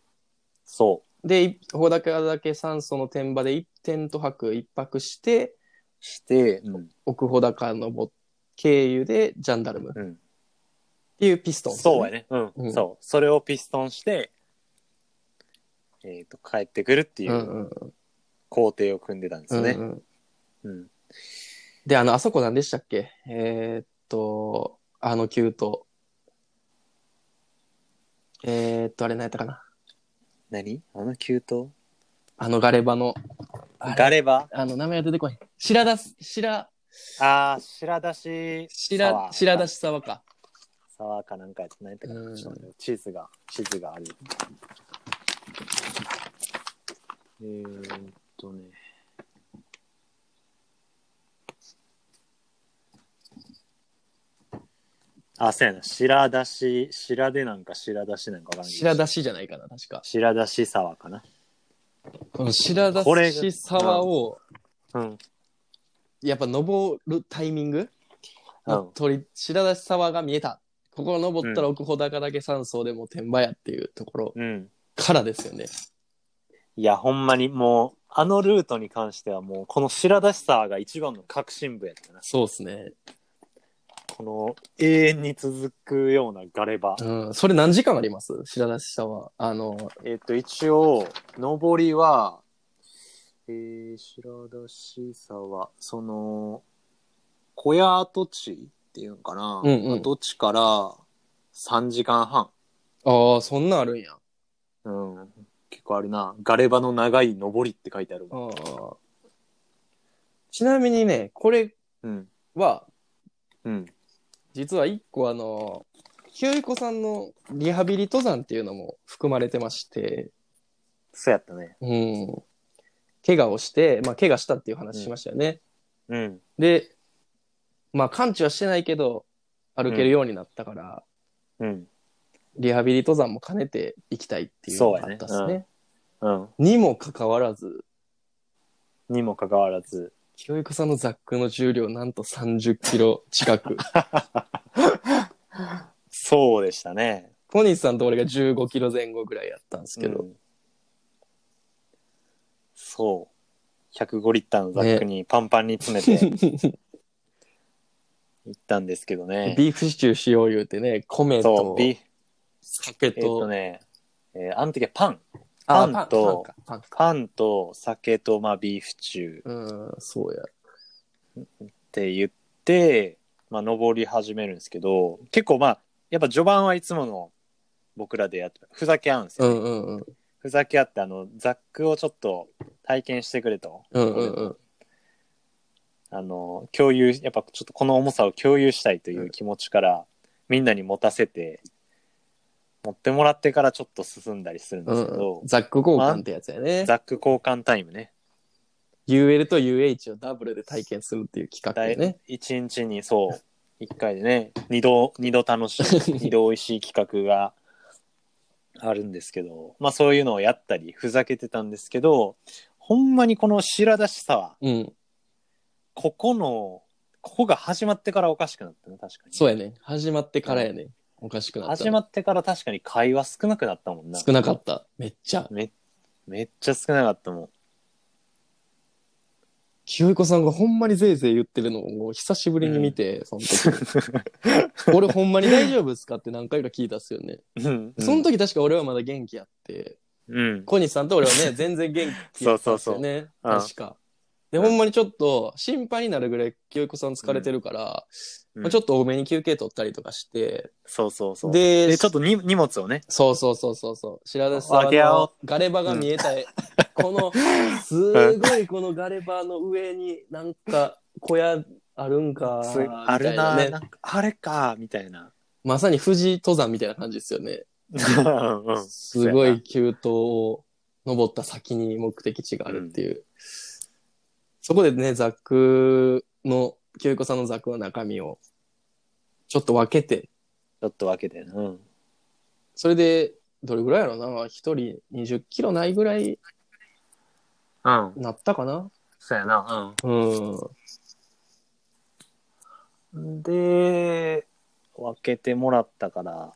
A: そ
B: で、い穂高岳山荘の天場で一テント泊、一泊して、
A: う。して、うん。
B: 奥穂高のぼ経由でジャンダルムっ
A: うん。
B: ていうピストン、
A: そうやね。うん。
B: うん
A: そう。それをピストンして、えっ、と、帰ってくるってい
B: うん
A: う
B: うん
A: 工程を組んでたんですよね。
B: うんうん
A: うん。
B: で、あの、あそこなんでしたっけえーっと、あの急と。えーっと、あれ何やったかな
A: 何あの急騰
B: あのガレバの、あれ
A: ガレバ
B: あの、名前が出てこない。白だ、白、
A: ああ、白だし。
B: 白、白だし沢か。
A: 沢かなんかやつ何やったか
B: う
A: なんちょっと待って地図が地図があるえー、っとねあ、そうやな。白だし、白でなんか白だしなんかわかんないけど。
B: 白だしじゃないかな、確か。
A: 白だし沢かな。
B: この白だ
A: これ
B: し沢を、
A: うん。
B: やっぱ登るタイミング、
A: うん。
B: 鳥白だし沢が見えた。ここを登ったら奥穂高岳山荘でも天場やっていうところ
A: うん。
B: からですよね。
A: いや、ほんまにもう、あのルートに関してはもう、この白だし沢が一番の核心部やったな。
B: そうですね。
A: この永遠に続くようなガレ場。
B: うん。それ何時間あります白だし沢。あの、
A: えっ、と、一応、上りは、えー、白だし沢、その、小屋跡地っていうのかな、
B: うんうん
A: 跡地から3時間半。
B: ああ、そんなんあるんや。
A: うん。結構あるな。ガレ場の長い上りって書いてあるわ。
B: ああ。ちなみにね、これ
A: うん。
B: は、
A: うん。
B: 実は一個あの、ひよいこさんのリハビリ登山っていうのも含まれてまして、
A: そうやったね。
B: うん。怪我をして、まあ、怪我したっていう話しましたよね。
A: うん。
B: で、まあ、完治はしてないけど、歩けるようになったから、
A: うん。
B: リハビリ登山も兼ねて行きたいっていうのがあったっす
A: そうや
B: ね。
A: うん。
B: にもかかわらず、
A: にもかかわらず。
B: ひよいこさんのザックの重量なんと30キロ近く。
A: そうでしたね。
B: 小西さんと俺が15キロ前後ぐらいやったんですけど、
A: うんそう。105リッターのザックにパンパンに詰めて行ったんですけどね。
B: ビーフシチューしよう言うてね、米
A: そ
B: と
A: う、ビーフ。
B: 酒
A: えっと
B: と、
A: ね、えーあの時はパン。
B: あ
A: パンと
B: パンか、
A: パンと酒と、まあ、ビーフシチューっ
B: パンか。うん、そうや。
A: て言って、まあ、登り始めるんですけど、結構まあ、やっぱ序盤はいつもの僕らでやって、ふざけ合うんです
B: う
A: よ。
B: んうんうん。
A: ふざけ合って、あの、ザックをちょっと体験してくれと。
B: うんうんうん。
A: あの共有やっぱちょっとこの重さを共有したいという気持ちから、みんなに持たせて持ってもらってからちょっと進んだりするん
B: う
A: です
B: ん
A: けど
B: う、ん、ザック交換ってやつやね。
A: ザック交換タイムね
B: UL と UH をダブルで体験するっていう企画
A: だ
B: や
A: い
B: ね。
A: 一日にそう一回でね二度二度楽し い二度おいしい企画があるんですけどまあそういうのをやったりふざけてたんですけどほんまにこの白だしさは
B: うん。
A: ここのここが始まってからおかしくなったね確かに
B: そうやね。始まってからやね。おかしくなった。
A: 始まってから確かに会話少なくなったもんな。
B: 少なかった。めっちゃ。
A: めめっちゃ少なか ったもん。
B: 清彦さんがほんまにぜいぜい言ってるのを久しぶりに見て、その時。俺ほんまに大丈夫ですかって何回か聞いたっすよね。
A: うん
B: その時確か俺はまだ元気やって、
A: うん。
B: 小西さんと俺はね、全然元気やったんですよね。
A: そうそうそう
B: 確か。で、ほんまにちょっと心配になるぐらい清子さん疲れてるから、まあ、ちょ
A: っと、
B: っと多めに休憩取ったりとかして、
A: そうそうそう。で、
B: で、
A: ちょっとに荷物をね。
B: そうそうそうそうそう、白田さ
A: 分
B: ん
A: け合おう
B: のガレ場が見えた、この、すごいこのガレ場の上になんか小屋あるんか、
A: す
B: み
A: あ
B: た
A: る
B: い
A: な、
B: なね
A: な。んかあれか、みたい な。
B: まさに富士登山みたいな感じですよね。
A: うんうん
B: すごい急登を登った先に目的地があるっていう。そこでね、ザックの、清子さんのザックの中身を、ちょっと分けて、
A: ちょっと分けてな。うん。
B: それで、どれぐらいやろな、一人20キロないぐらい
A: うん。
B: なったかな
A: そうやな。
B: うん。
A: うん。で、分けてもらったから、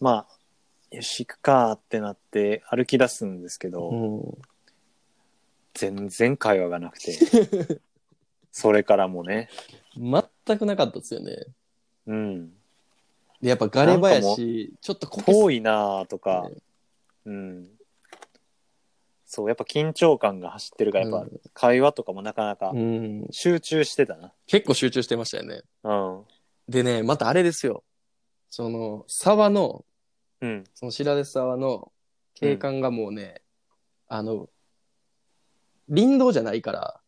A: まあ、よし、行くかってなって歩き出すんですけど、
B: うん。
A: 全然会話がなく て。それからもね。
B: 全くなかったですよね。
A: うん。
B: でやっぱガレバや
A: なんか
B: し、ちょっとこ
A: 遠
B: い
A: いなあとか、うん。そう、やっぱ緊張感が走ってるから、やっぱ
B: うん
A: 会話とかもなかなか
B: うん。
A: 集中してたな。
B: 結構集中してましたよね。
A: うん。
B: でね、またあれですよ。その、沢の、
A: うん。
B: その白出沢の景観がもうね、あの、林道じゃないから、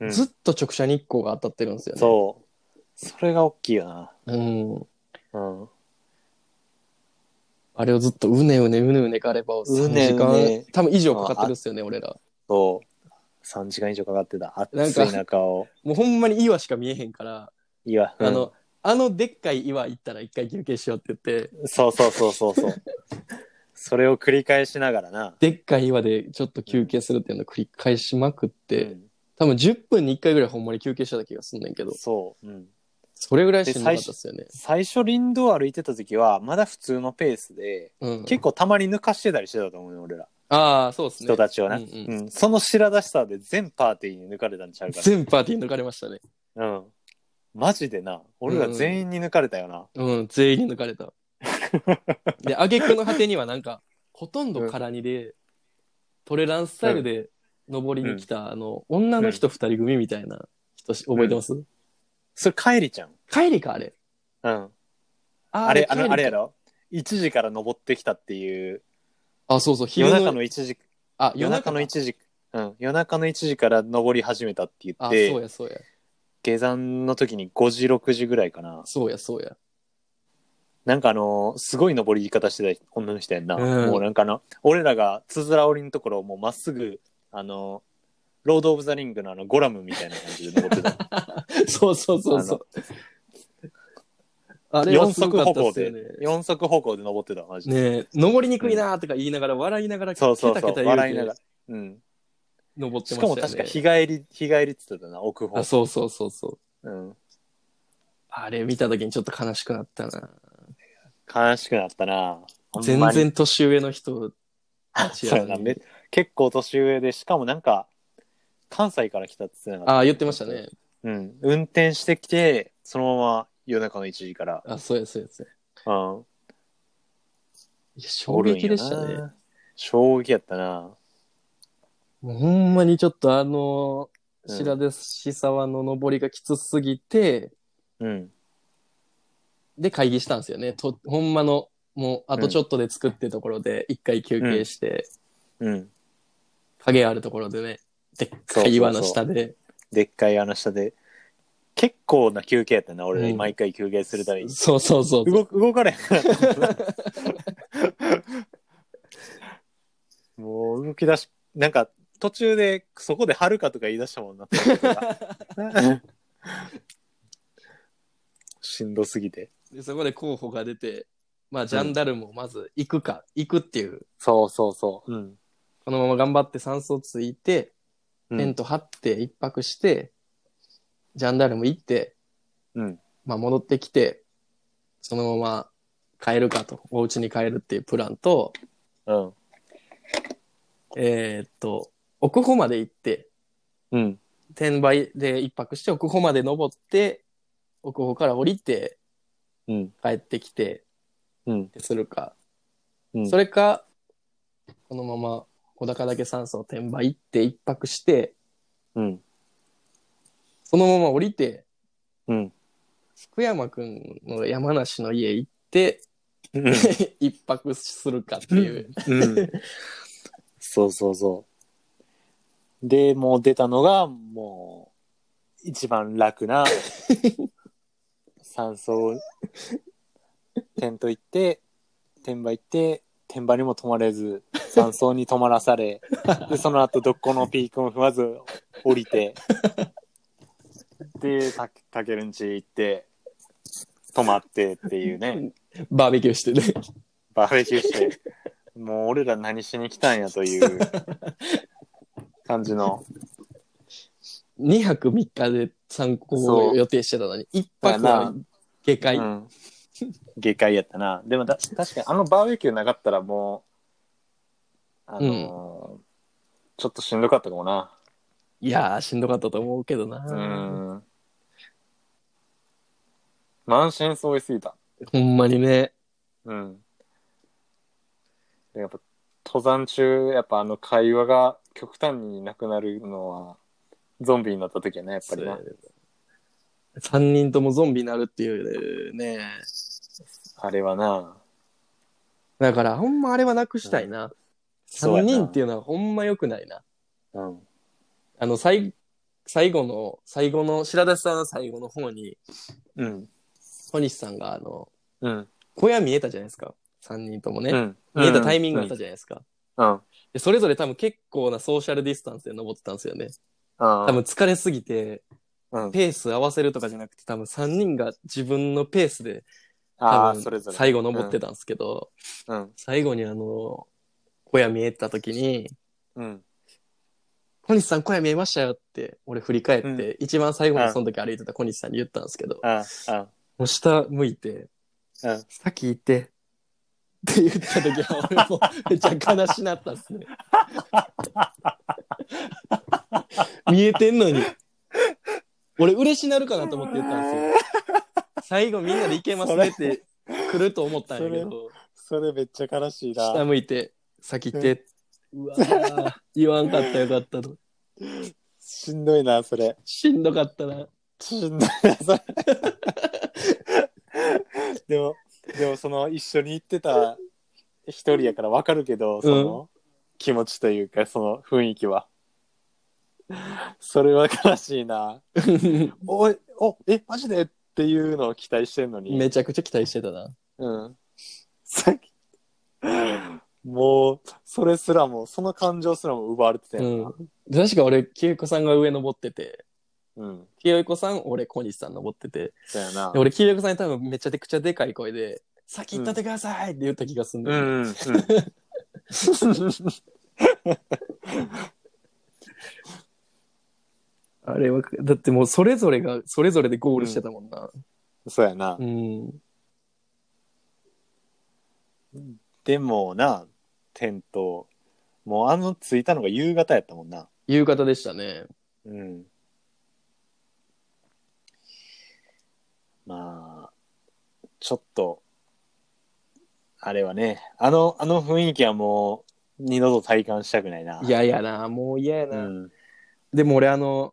A: うん、
B: ずっと直射日光が当たってるんですよね。
A: そう。それが大きいよな。
B: う。ん。
A: うん。
B: あれをずっとうねうねうねうねガレバを3
A: うね
B: 時
A: う
B: 間、
A: ね
B: 多分以上かかってるっすよね、俺ら。
A: そう。3時間以上かかってた。
B: なん
A: 暑
B: か
A: い中を。
B: もうほんまに岩しか見えへんから、
A: いや、うん
B: あの、あのでっかい岩行ったら一回休憩しようって言って、
A: そうそうそうそう そう。それを繰り返しながらな。
B: でっかい岩でちょっと休憩するっていうのを繰り返しまくって、
A: うん
B: 多分10分に1回ぐらいほんまに休憩してた気がすんねんけど、
A: そう、うん。
B: それぐらいしんどかったっすよね。
A: 最初林道歩いてた時は、まだ普通のペースで、
B: うん、
A: 結構たまに抜かしてたりしてたと思うよ、俺ら。
B: ああ、そうですね。
A: 人たちをな。
B: う
A: うんん、
B: う
A: その白らしさで全パーティーに抜かれたんちゃうか
B: 全パーティー抜かれましたね。
A: ら。うん。マジでな、俺ら全員に抜かれたよな。
B: うん、全員に抜か れた。で、挙句の果てにはなんか、ほとんど空にで、トレランスタイルで登りに来た、あの、女の人二人組みたいな人し、覚えてます、
A: それ帰りちゃん。
B: 帰りか、あれ。
A: うん。
B: あ
A: あれ、あ
B: 帰り
A: の、
B: か
A: あれやろ ?1 時から登ってきたっていう、
B: あ、そうそう、
A: 夜
B: 昼
A: 中
B: の、
A: の1時、
B: あ、
A: 夜中の
B: か
A: 1時、うん、夜中の1時から登り始めたって言っ
B: あ、そう
A: て、
B: や、そうや。
A: 下山の時に5時、6時ぐらいかな。
B: そうや、そうや。
A: なんかあのーすごい登り方してた女の人やんな。
B: うん
A: もうなんかあの、俺らがつづら折りのところをもうまっすぐ、あのーロード・オブ・ザ・リングのあのゴラムみたいな感じで登ってた。
B: そうそうそうそう。あれは
A: 四
B: すご
A: 足
B: か
A: 歩
B: ったっ
A: 行
B: すよ
A: で
B: ね。、
A: 四足歩行で登ってた、マジで。
B: ねえ登りにくいなーとか言いながら、笑いながら、
A: そうそう
B: ケタ
A: そ
B: ケ
A: う、
B: タ言うて
A: 笑いながら。うん。
B: 登って
A: し
B: ま
A: かも
B: したよね。
A: 確か日帰り、日帰りって言ってたな、奥方
B: あ、。そうそうそうそ
A: う
B: う。
A: ん。
B: あれ見た時にちょっと悲しくなったな。
A: 悲しくなったな。ほん
B: 全
A: まに
B: 然年上の人たち
A: そうや
B: やの
A: な
B: に
A: め結構年上で、しかもなんか、関西から来たって言ってなかった。
B: あ、言ってましたね。
A: うん。運転してきて、そのまま夜中の1時から。
B: あ、そうやそうやそうや
A: うん。
B: いや。衝撃でしたね。
A: 衝撃やったな。
B: もうほんまにちょっとあの、白出し沢の登りがきつすぎて、
A: うん。
B: で会議したんですよね。とほんまの、もうあとちょっとで作ってところで、一回休憩して、
A: うん。
B: 影あるところでね、でっかい岩の下で、
A: でっかいあの下で。結構な休憩やったな、俺
B: う
A: ら。
B: ん
A: 毎回休憩するたびに。
B: そうそうそうそう。
A: 動く動かれへんか った。もう動き出し、なんか途中でそこで遥かとか言い出したもん な。しんどすぎて。
B: でそこで候補が出て、まあ、ジャンダルムをまず行くか、行くっていう、
A: そうそうそう。うん。
B: このまま頑張って酸素ついて、
A: う
B: テン
A: ん。
B: ト張って、一泊して、ジャンダルム行って、
A: うん。
B: まあ、戻ってきて、そのまま帰るかと、お家に帰るっていうプランと、
A: うん。
B: えーっと、奥穂まで行って、
A: うん。
B: 転売で一泊して、奥穂まで登って、奥穂から降りて、
A: うん。
B: 帰ってきて、
A: うん
B: ってするか。
A: うん
B: それか、このまま小高岳山荘転売行って、一泊して、
A: うん。
B: そのまま降りて、
A: うん。
B: 福山くんの山梨の家行って、
A: うん。
B: 一泊するかっていう。
A: うん、そうそうそう。で、もう出たのが、もう、一番楽な、山荘、テント行って、転売行って、転売にも泊まれず、山荘に泊まらされ、で、その後、どっこのピークも踏まず、降りて、で、たたけるんち行って、泊まってっていうね。
B: バーベキューしてね。
A: バーベキューして、もう俺ら何しに来たんやという感じの。
B: 2泊3日で参考を予定してたのに、一泊
A: だ
B: は
A: よ
B: 下界。
A: うん。下界やったな。でもだ確かにあのバーベキューなかったらもう、あのーちょっとしんどかったかもな。
B: いやー、しんどかったと思うけどな。
A: うん。満身創痍すぎた。
B: ほんまにね。
A: うん。でやっぱ、登山中、やっぱあの会話が極端になくなるのは、ゾンビになった時やね、やっぱりな。
B: 3人ともゾンビになるっていうね。
A: あれはな。
B: だから、ほんまあれはなくしたいな。
A: そうや
B: 3
A: な
B: 人っていうのはほんま良くないな。
A: うん。
B: あの、最、最後の、最後の、白田さんの最後の方に、
A: うん。
B: 小西さんが、あの、
A: うん。
B: 小屋見えたじゃないですか。3人ともね。
A: うん。
B: 見えたタイミングがあったじゃないですか。
A: ゃん。うん。
B: でそれぞれ多分結構なソーシャルディスタンスで登ってたんですよね。
A: 多
B: 多分疲れすぎて、
A: うん。
B: ペース合わせるとかじゃなくて、多分3人が自分のペースで、
A: ああ、
B: 多分
A: それぞれ。
B: 最後登ってたんですけど、
A: うん。
B: 最後にあの、小屋見えた時に、
A: うん。
B: 小西さん小屋見えましたよって、俺振り返って、
A: うん
B: 一番最後
A: う
B: に
A: ん
B: その時歩いてた小西さんに言ったんですけど、も
A: ああ、あ
B: う下向いて、
A: あ、うん。
B: 先行って、って言った時は、俺もめっちゃ悲しなったっすね。見えてんのに。俺嬉しなるかなと思って言ったんですよ。最後みんなで行けますねって来ると思ったんやけど、
A: それめっちゃ悲しい
B: 下
A: な。
B: 向いて、先行って、うわぁ言わんかったよかったと。
A: しんどいな、それ。
B: しんどかっ たな。
A: しんどいな、 それ。でも、でもその一緒に行ってた一人やからわかるけど、その気持ちというか、その雰囲気は。それは悲しいな。おい、お、え、マジでっていうのを期待してんのに。
B: めちゃくちゃ期待してたな。
A: うん。さっき。もう、それすらも、その感情すらも奪われてた
B: う
A: よな。
B: ん。確か俺、清子さんが上登ってて、
A: うん。
B: 清子さん、俺、小西さん登ってて、
A: だよな
B: で。俺、黄色さんに多分めちゃくちゃでかい声で、先行ったってくださいって言った気がするんだ
A: う
B: よ、
A: ん。 うん。
B: あれは、だってもうそれぞれが、それぞれでゴールしてたもんな。
A: そうやな
B: う。ん。
A: でもな、テント、もうあの着いたのが夕方やったもんな。
B: 夕方でしたね。
A: うん。まあ、ちょっと、あれはね、あの、あの雰囲気はもう、二度と体感したくないな。
B: 嫌やな、もう嫌や
A: う
B: な。
A: ん。
B: でも俺、あの、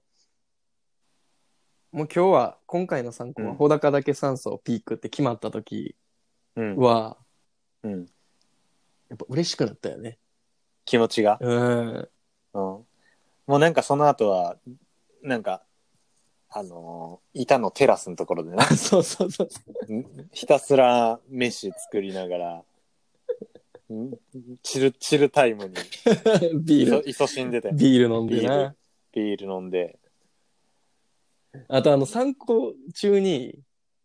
B: もう今日は、今回の参考
A: う
B: は、
A: ん
B: 穂高岳山荘ピークって決まった時
A: うん。
B: は、
A: うん。
B: やっぱ嬉しくなったよね。
A: 気持ちが。
B: うん。
A: うん。もうなんかその後は、なんか、あのー板のテラスのところでな、
B: そうそうそう。
A: ひたすら飯作りながら、んチル、チルタイムに、い
B: ビー
A: そ
B: ル、
A: いそしんでて、
B: ビール飲んで
A: ビー
B: な
A: ル。ビール飲んで。
B: あと、あの、参考中に、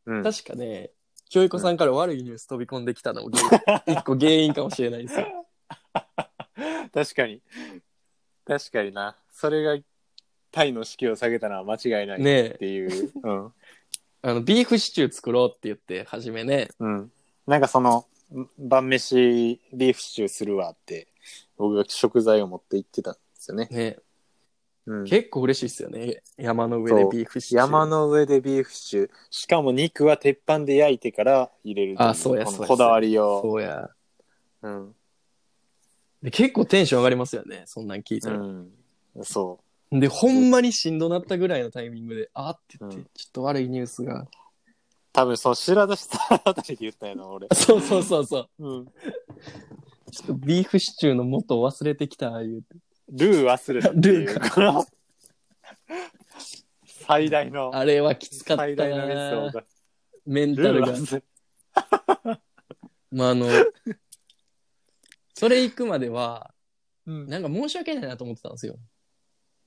A: うん。
B: 確かね、教育さんから悪いニュース飛び込んできたのも、 一個原因かもしれないですよ。
A: 確かに。確かにな。それが、タイの士気を下げたのは間違いない
B: ね
A: っ
B: え、
A: ていう。うん。
B: あの、ビーフシチュー作ろうって言って、初めね、
A: うん。なんかその、ん晩飯、ビーフシチューするわって、僕が食材を持って行ってたんですよね。
B: ね、
A: うん、
B: 結構嬉しいですよね。山の上でビーフシチュー。
A: 山の上でビーフシチュー。しかも肉は鉄板で焼いてから入れるとい
B: あそうや
A: この
B: そうや
A: こだわりを。
B: そうや。
A: うん。
B: で、結構テンション上がりますよね、そんなん聞いうたら。
A: ん。そ
B: で、ほんまにしんどなったぐらいのタイミングで、あーって言って、
A: うん
B: ちょっと悪いニュースが。
A: う。多分、その白田さんあたりで言ったよな、俺。
B: そうそうそうそう。
A: うん。
B: ちょっとビーフシチューの元を忘れてきた、言うて。
A: ルー忘れたっていう。
B: ルー
A: この 最大の、
B: あれはきつかった
A: 最大のミスを
B: な。
A: 犯
B: メン
A: す。
B: タ
A: ル
B: ル
A: ー
B: が。
A: 忘れ
B: まああの、それ行くまでは、
A: うん
B: なんか申し訳ないなと思ってたんですよ。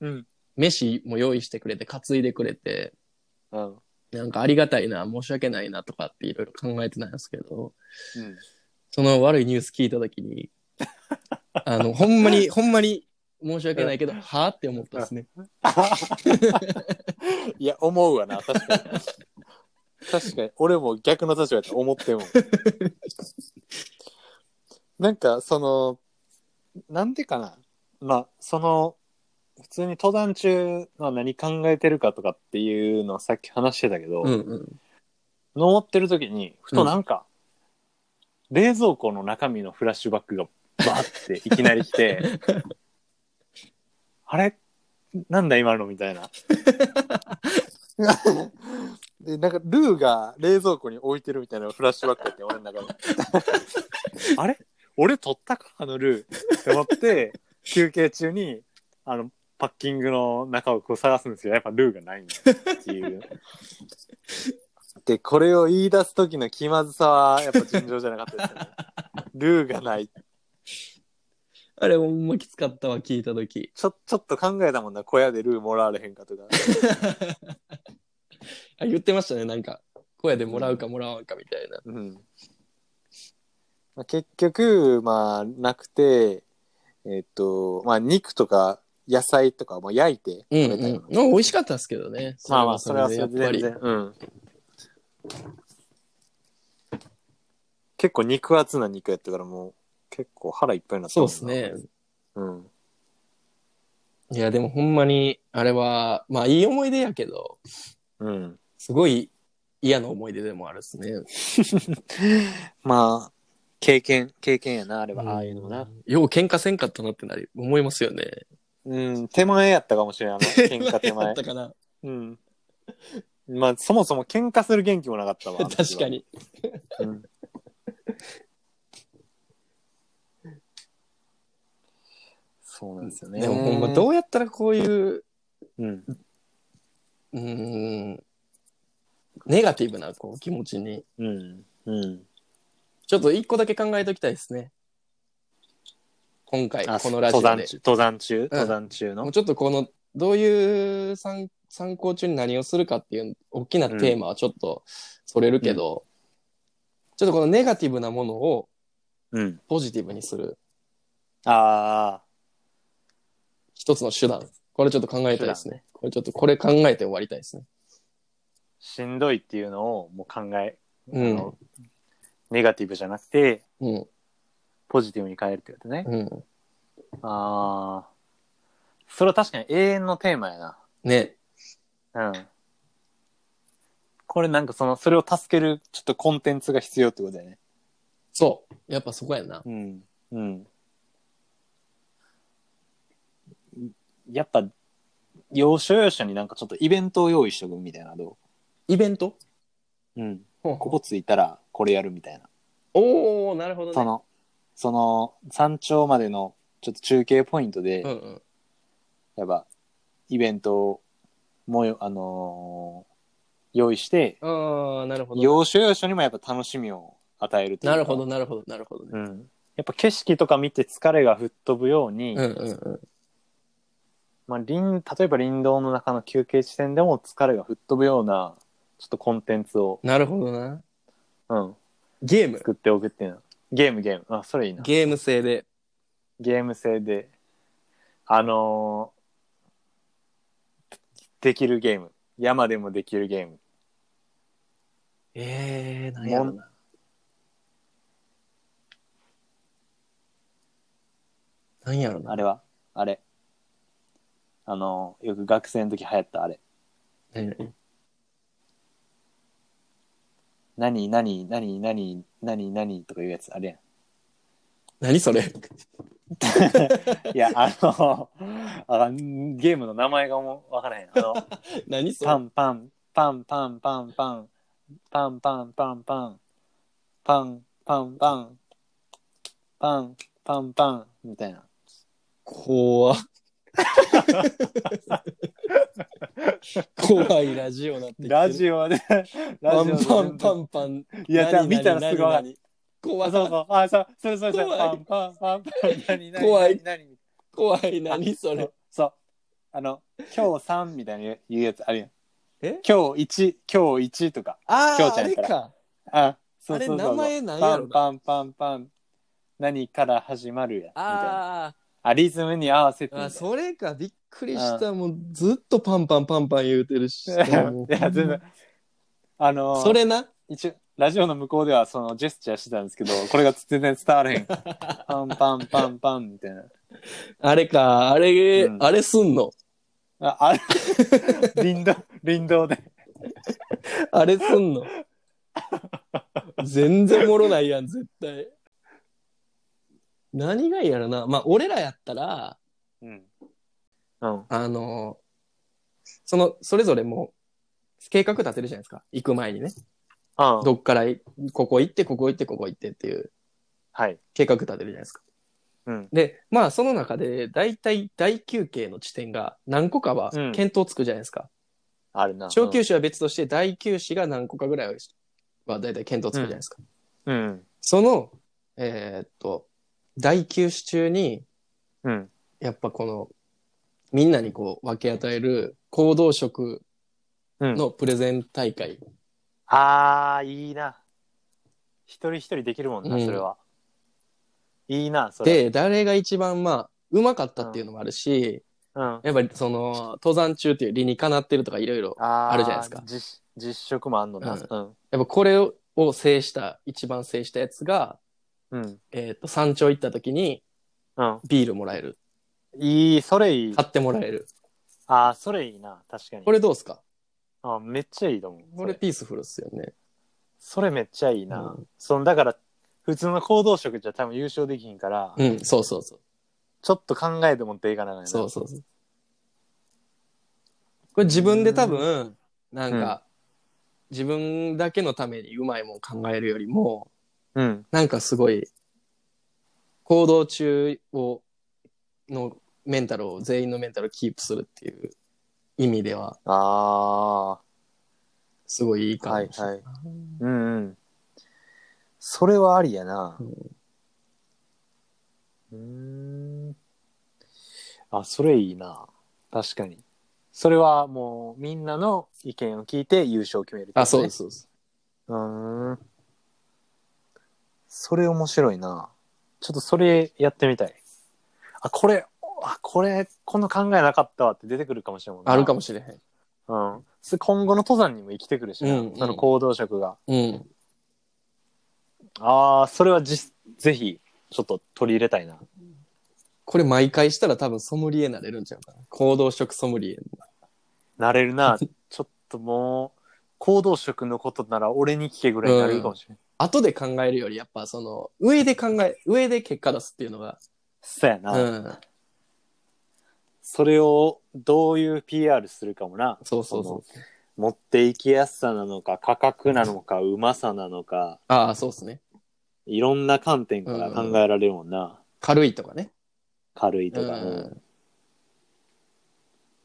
A: うん。
B: 飯も用意してくれて、担いでくれて、
A: うん。
B: なんかありがたいな、申し訳ないなとかっていろいろ考えてたんですけど、
A: うん。
B: その悪いニュース聞いたと きに、あの、ほんまに、ほんまに申し訳ないけど、はぁって思ったんですね。
A: いや、思うわ な、確かに。確かに、俺も逆の立場やと思 っても。なんか、その、なんでかな。まあ、その、普通に登壇中、まあ、何考えてるかとかっていうのはさっき話してたけど、
B: うんうん。
A: 登ってる時に、ふとなんか、冷蔵庫の中身のフラッシュバックがバーっていきなり来 て、あれなんだ今のみたいな。 で、なんか、ルーが冷蔵庫に置いてるみたいなフラッシュバックやって、俺の中で。 あれ俺取ったかあのルー。って思って、休憩中に、あの、パッキングの中をこう探すんですよ。やっぱルーがないんだっていう。で、これを言い出す時の 気まずさは、やっぱ尋常じゃなかったですよね。ルーがない。
B: あれほんまきつかったわ、聞いたとき。
A: ちょ、ちょっと考えたもんな、小屋でルーもらわれへんかとか。
B: あ言ってましたね、なんか。声でもらうかもらわんかみたいな。
A: うん。まあ、結局、まあ、なくて、えっと、まあ、肉とか野菜とか、まあ、焼いて
B: うん、
A: 食べたよな
B: うん。美味しかったですけどね。
A: まあまあ、それはそれで
B: やっぱ
A: 全
B: り。
A: 然。うん。結構肉厚な肉やったからもう結構腹いっぱいになった
B: そう
A: もん
B: で
A: な
B: すね。。
A: うん。
B: いや、でもほんまに、あれは、まあいい思い出やけど、
A: うん。
B: すごい嫌な思い出でもあるですね。
A: まあ、経験、経験やな、あれは。ああいうのもな。
B: んよう喧嘩せんかったなってなり、思いますよね。
A: うん、手前やったかもしれん、あ の、喧嘩手
B: あ
A: 前
B: った。かな。
A: うん。まあ、そもそも喧嘩する元気もなかったわ。あの時
B: 確
A: は
B: か。に。
A: うんそうなんですよね。
B: でもほんま、どうやったらこういう、
A: うん。
B: うーん、ネガティブなこう気持ちに、
A: うん。うん。
B: ちょっと一個だけ考えときたいですね。今回、
A: あ
B: このラジオ
A: 登山
B: で
A: 中。登山中、登山中の、
B: もうちょっとこの、どういう参参考中に何をするかっていう大きなテーマはちょっとそれるけど、ちょっとこのネガティブなものを
A: うん
B: ポジティブにする
A: ああ
B: 一つの手段。これちょっと考えたいですね。これちょっとこれ考えて終わりたいですね。
A: しんどいっていうのをもう考え、
B: うん
A: あのネガティブじゃなくて
B: うん。
A: ポジティブに変えるってことね、
B: うん。
A: ああそれは確かに永遠のテーマや
B: ね。
A: なうんこれなんかそのそれを助けるちょっとコンテンツが必要ってことだよね
B: そう。やっぱそこやな。
A: うんうんやっぱ要所要所になんかちょっとイベントを用意しとくみたいなど
B: イベント
A: ううんこ
B: お
A: こついたらこれやるみたいな
B: おーなるほど
A: そ
B: ね。
A: の、その、山頂までの、ちょっと中継ポイントで、
B: うんうん。
A: やっぱ、イベントを、もよ、あのー用意して、
B: ああ、なるほど。
A: 要所要所にもやっぱ楽しみを与えるというか
B: なるほど、。なるほど、なるほどね。
A: うん。やっぱ景色とか見て疲れが吹っ飛ぶように、
B: うんうんうん。
A: まあ、林、例えば林道の中の休憩地点でも疲れが吹っ飛ぶような、ちょっとコンテンツを、
B: なるほどな。
A: うん、
B: ゲーム。
A: 作っておくっていうのは。ゲームゲーム。あ、それいいな。
B: ゲーム性で。
A: ゲーム性で、あのーできるゲーム。山でもできるゲーム。
B: ええー、なんや
A: も
B: ろ
A: ん
B: な。なんやろな。
A: あれはあれ。あのーよく学生の時流行ったあれ。
B: 何
A: 何、
B: 々
A: 何、何、何、何、何とかいうやつ、あれ
B: 何それ
A: やん。いや、あのーあ、ゲームの名前がもうわからへん。あの、
B: 何そ
A: パ
B: れ
A: ンパン、パンパンパンパン、パンパンパンパン、パンパンパン、パンパンパン、みたいな。
B: 怖怖いラジオなってきてる
A: ラジオで、ラジオで。
B: パンパンパンパン。
A: いや、じゃあ
B: 何々
A: 見たらすごいわかる。
B: 何々
A: あ
B: 怖
A: そ
B: そう
A: そう。あ、そう、それそれそれ。
B: 怖い
A: パンパンパンパン。何何
B: 怖い
A: 何何
B: 怖い、何それ。
A: そう。あの、今日3みたいな言うやつあるやん。
B: え
A: 今日1、今日1とか。
B: あ
A: 京
B: あ、
A: ちゃ
B: あ
A: んや
B: れ
A: から
B: か。
A: あ、そうそうそうそう。
B: あれ名前なんやろな
A: パンパンパンパン。何から始まるや。みたいな。
B: あ
A: あ、リズムに合わせて
B: ー
A: みたい
B: あ、
A: な。
B: それか。びっくりした。もうずっとパンパンパンパン言うてるし。も
A: いうや、全然。あのー
B: それな。
A: 一応、ラジオの向こうではそのジェスチャーしてたんです けど、これが全然伝わらへん。パンパンパンパンみたいな。
B: あれか。あれ、
A: うん
B: あれすんの。
A: あ、 あれ、林道、林道で。
B: あれすんの全然もろないやん、絶対。何がいいやろな。まあ、俺らやったら、
A: うん。うん。
B: あのその、それぞれもう、計画立てるじゃないですか。行く前にね。
A: あ
B: どっからい、ここ行って、ここ行って、ここ行ってっていう
A: はい。
B: 計画立てるじゃないですか。
A: うん。
B: で、まあ、その中で、大体大休憩の地点が何個かは
A: うん
B: 検討つくじゃないですか。
A: あるな。
B: 小休止は別として、大休止が何個かぐらいは大体検討つくじゃないですか。
A: うん。
B: その、えーっと、大休止中に
A: うん。
B: やっぱこの、みんなにこう分け与える行動食
A: うん。
B: のプレゼン大会。
A: ああ、いいな。一人一人できるもんな、
B: うん
A: それは。いいな、それ。
B: で、誰が一番まあ、うまかったっていうのもあるし、
A: うん。
B: やっぱりその、登山中っていう理にかなってるとかいろいろ、
A: あー
B: あるじゃないですか
A: 実実食もあんのな。
B: うん
A: うん。
B: やっぱこれを制した、一番制したやつが、
A: うん。
B: えっ、と、山頂行った時に
A: うん。
B: ビールもらえる。
A: いい、それいい。
B: 買ってもらえる。
A: ああ、それいいな、確かに。
B: これどうですか
A: あめっちゃいいと思う。
B: これピースフルっすよね。
A: それめっちゃいいな。
B: う
A: そのだから普通の行動食じゃ多分優勝できひんから、
B: うん、そうそうそう。
A: ちょっと考えて持っていかなあかんよな
B: そうそうそう。これ自分で多分、なんか、自分だけのためにうまいもん考えるよりも、
A: うん
B: なんかすごい、行動中を、のメンタルを、全員のメンタルをキープするっていう意味では、
A: あ
B: すごいいい
A: あ
B: か
A: は
B: も
A: い
B: しれない。
A: はいうんうんそれはありやな
B: うん
A: うーんあそれいいな確かにそれはもうみんなの意見を聞いて優勝を決めるってことね、
B: あ、そうです、そうです。
A: うーん。それ面白いな。ちょっとそれやってみたい。あ、これ、あ、これ、この考えなかったわって出てくるかもしれんもんな
B: あるかもしれへ
A: うん。それ今後の登山にも生きてくるしな、
B: うんうん
A: その行動色が。
B: ん。うん。
A: ああ、それはじ、ぜひ、ちょっと取り入れたいな。
B: これ毎回したら多分ソムリエになれるんちゃうかな。行動食ソムリエ。
A: なれる な。ちょっともう、行動色のことなら俺に聞けぐらいになれるかもしれない。
B: 後で考えるより、やっぱその、上で考え、上で結果出すっていうのが、
A: そうやな、
B: うん。
A: それをどういう PR するかもな。
B: そうそうそう。
A: 持っていきやすさなのか価格なのかうまさなのか
B: ああ、そうですね。
A: いろんな観点から考えられるもんな、
B: 軽いとかね。
A: 軽いうとか、うん
B: ん。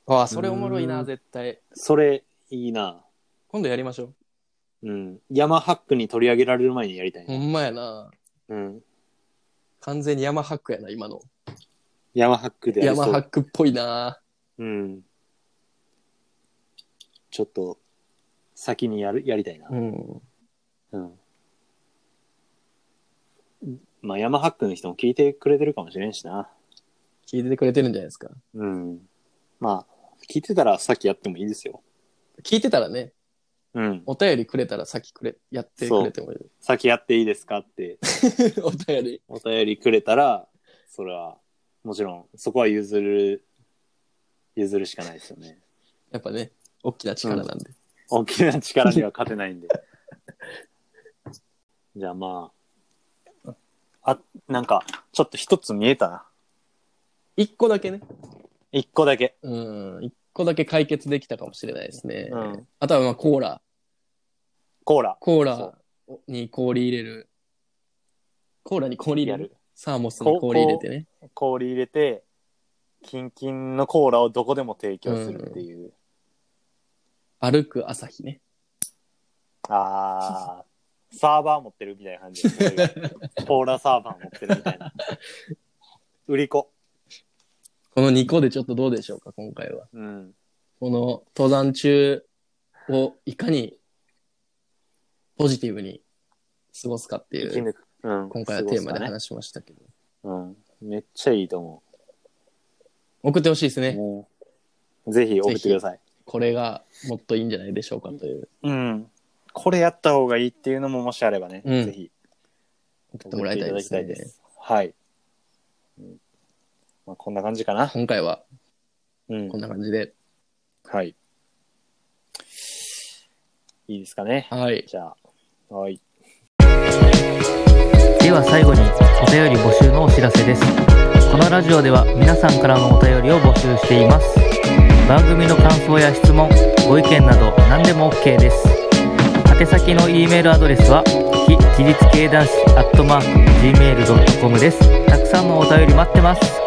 B: ああ、それおもろいうな、
A: ん
B: 絶対。
A: それいいな
B: 今度やりましょ。
A: うん山ハックに取り上げられる前にやりたいう
B: ほ
A: な、
B: んまやな。
A: うん、
B: 完全に山ハックやな、今の。
A: 山ハックでやり
B: 山
A: そう
B: ハックっぽいな。
A: うんちょっと先にやるやりたいな、
B: うん。
A: うんまあ山ハックの人も聞いてくれてるかもしれんしな
B: 聞いててくれてるんじゃないですか。
A: うんまあ聞いてたらさっきやってもいいですよ
B: 聞いてたらね、
A: うん
B: お便りくれたら先くれ、やってくれてもいい。
A: 先やっていいですかって
B: お便り。
A: お便りくれたら、それは、もちろん、そこは譲る、譲るしかないですよね。
B: やっぱね、大きな力なんで。
A: 大きな力には勝てないんで。 じゃあまあ、あ、なんか、ちょっと一つ見えたな。
B: 一個だけね。
A: 一個だけ。
B: うん、一個だけ解決できたかもしれないですね。
A: うん
B: あとはまあコーラ。
A: コーラ。
B: コー
A: そ
B: ラに氷入れる。コーラに氷入れ
A: や
B: る
A: る。
B: サーモスに氷入れてね。
A: 氷入れて、キンキンのコーラをどこでも提供するっていう。
B: 歩く朝日ね。
A: あー、サーバー持ってるみたいな感じ。コーラサーバー持ってるみたいな。売り子。
B: この2個でちょっとどうでしょうか、今回は。
A: うん。
B: この登山中をいかにポジティブに過ごすかってい
A: 生き
B: う、
A: 抜く。うん。
B: 今回はテーマで
A: 過ご
B: 話しましたけど。
A: すかね。うん。めっちゃいいと思
B: 送ってほしいです
A: う。
B: ね。
A: もうぜひ送ってください。
B: これがもっといいんじゃないでしょうかという。
A: うん。これやった方がいいっていうのももしあればね、
B: うん
A: ぜひ
B: 送って
A: 送
B: も
A: っ
B: ら
A: て
B: い
A: い
B: た
A: た
B: いで
A: だき
B: す
A: たい
B: ね
A: で。す。はい。うんまあ、こんな感じかな。
B: 今回は
A: うん
B: こん。な感じで。
A: はい。いいですかね。
B: はい。
A: じゃあ、はい。
E: では最後にお便り募集のお知らせですこのラジオでは皆さんからのお便りを募集しています番組の感想や質問ご意見など何でも OK です宛先の E メールアドレスは非自立系男子 gmail.com ですたくさんのお便り待ってます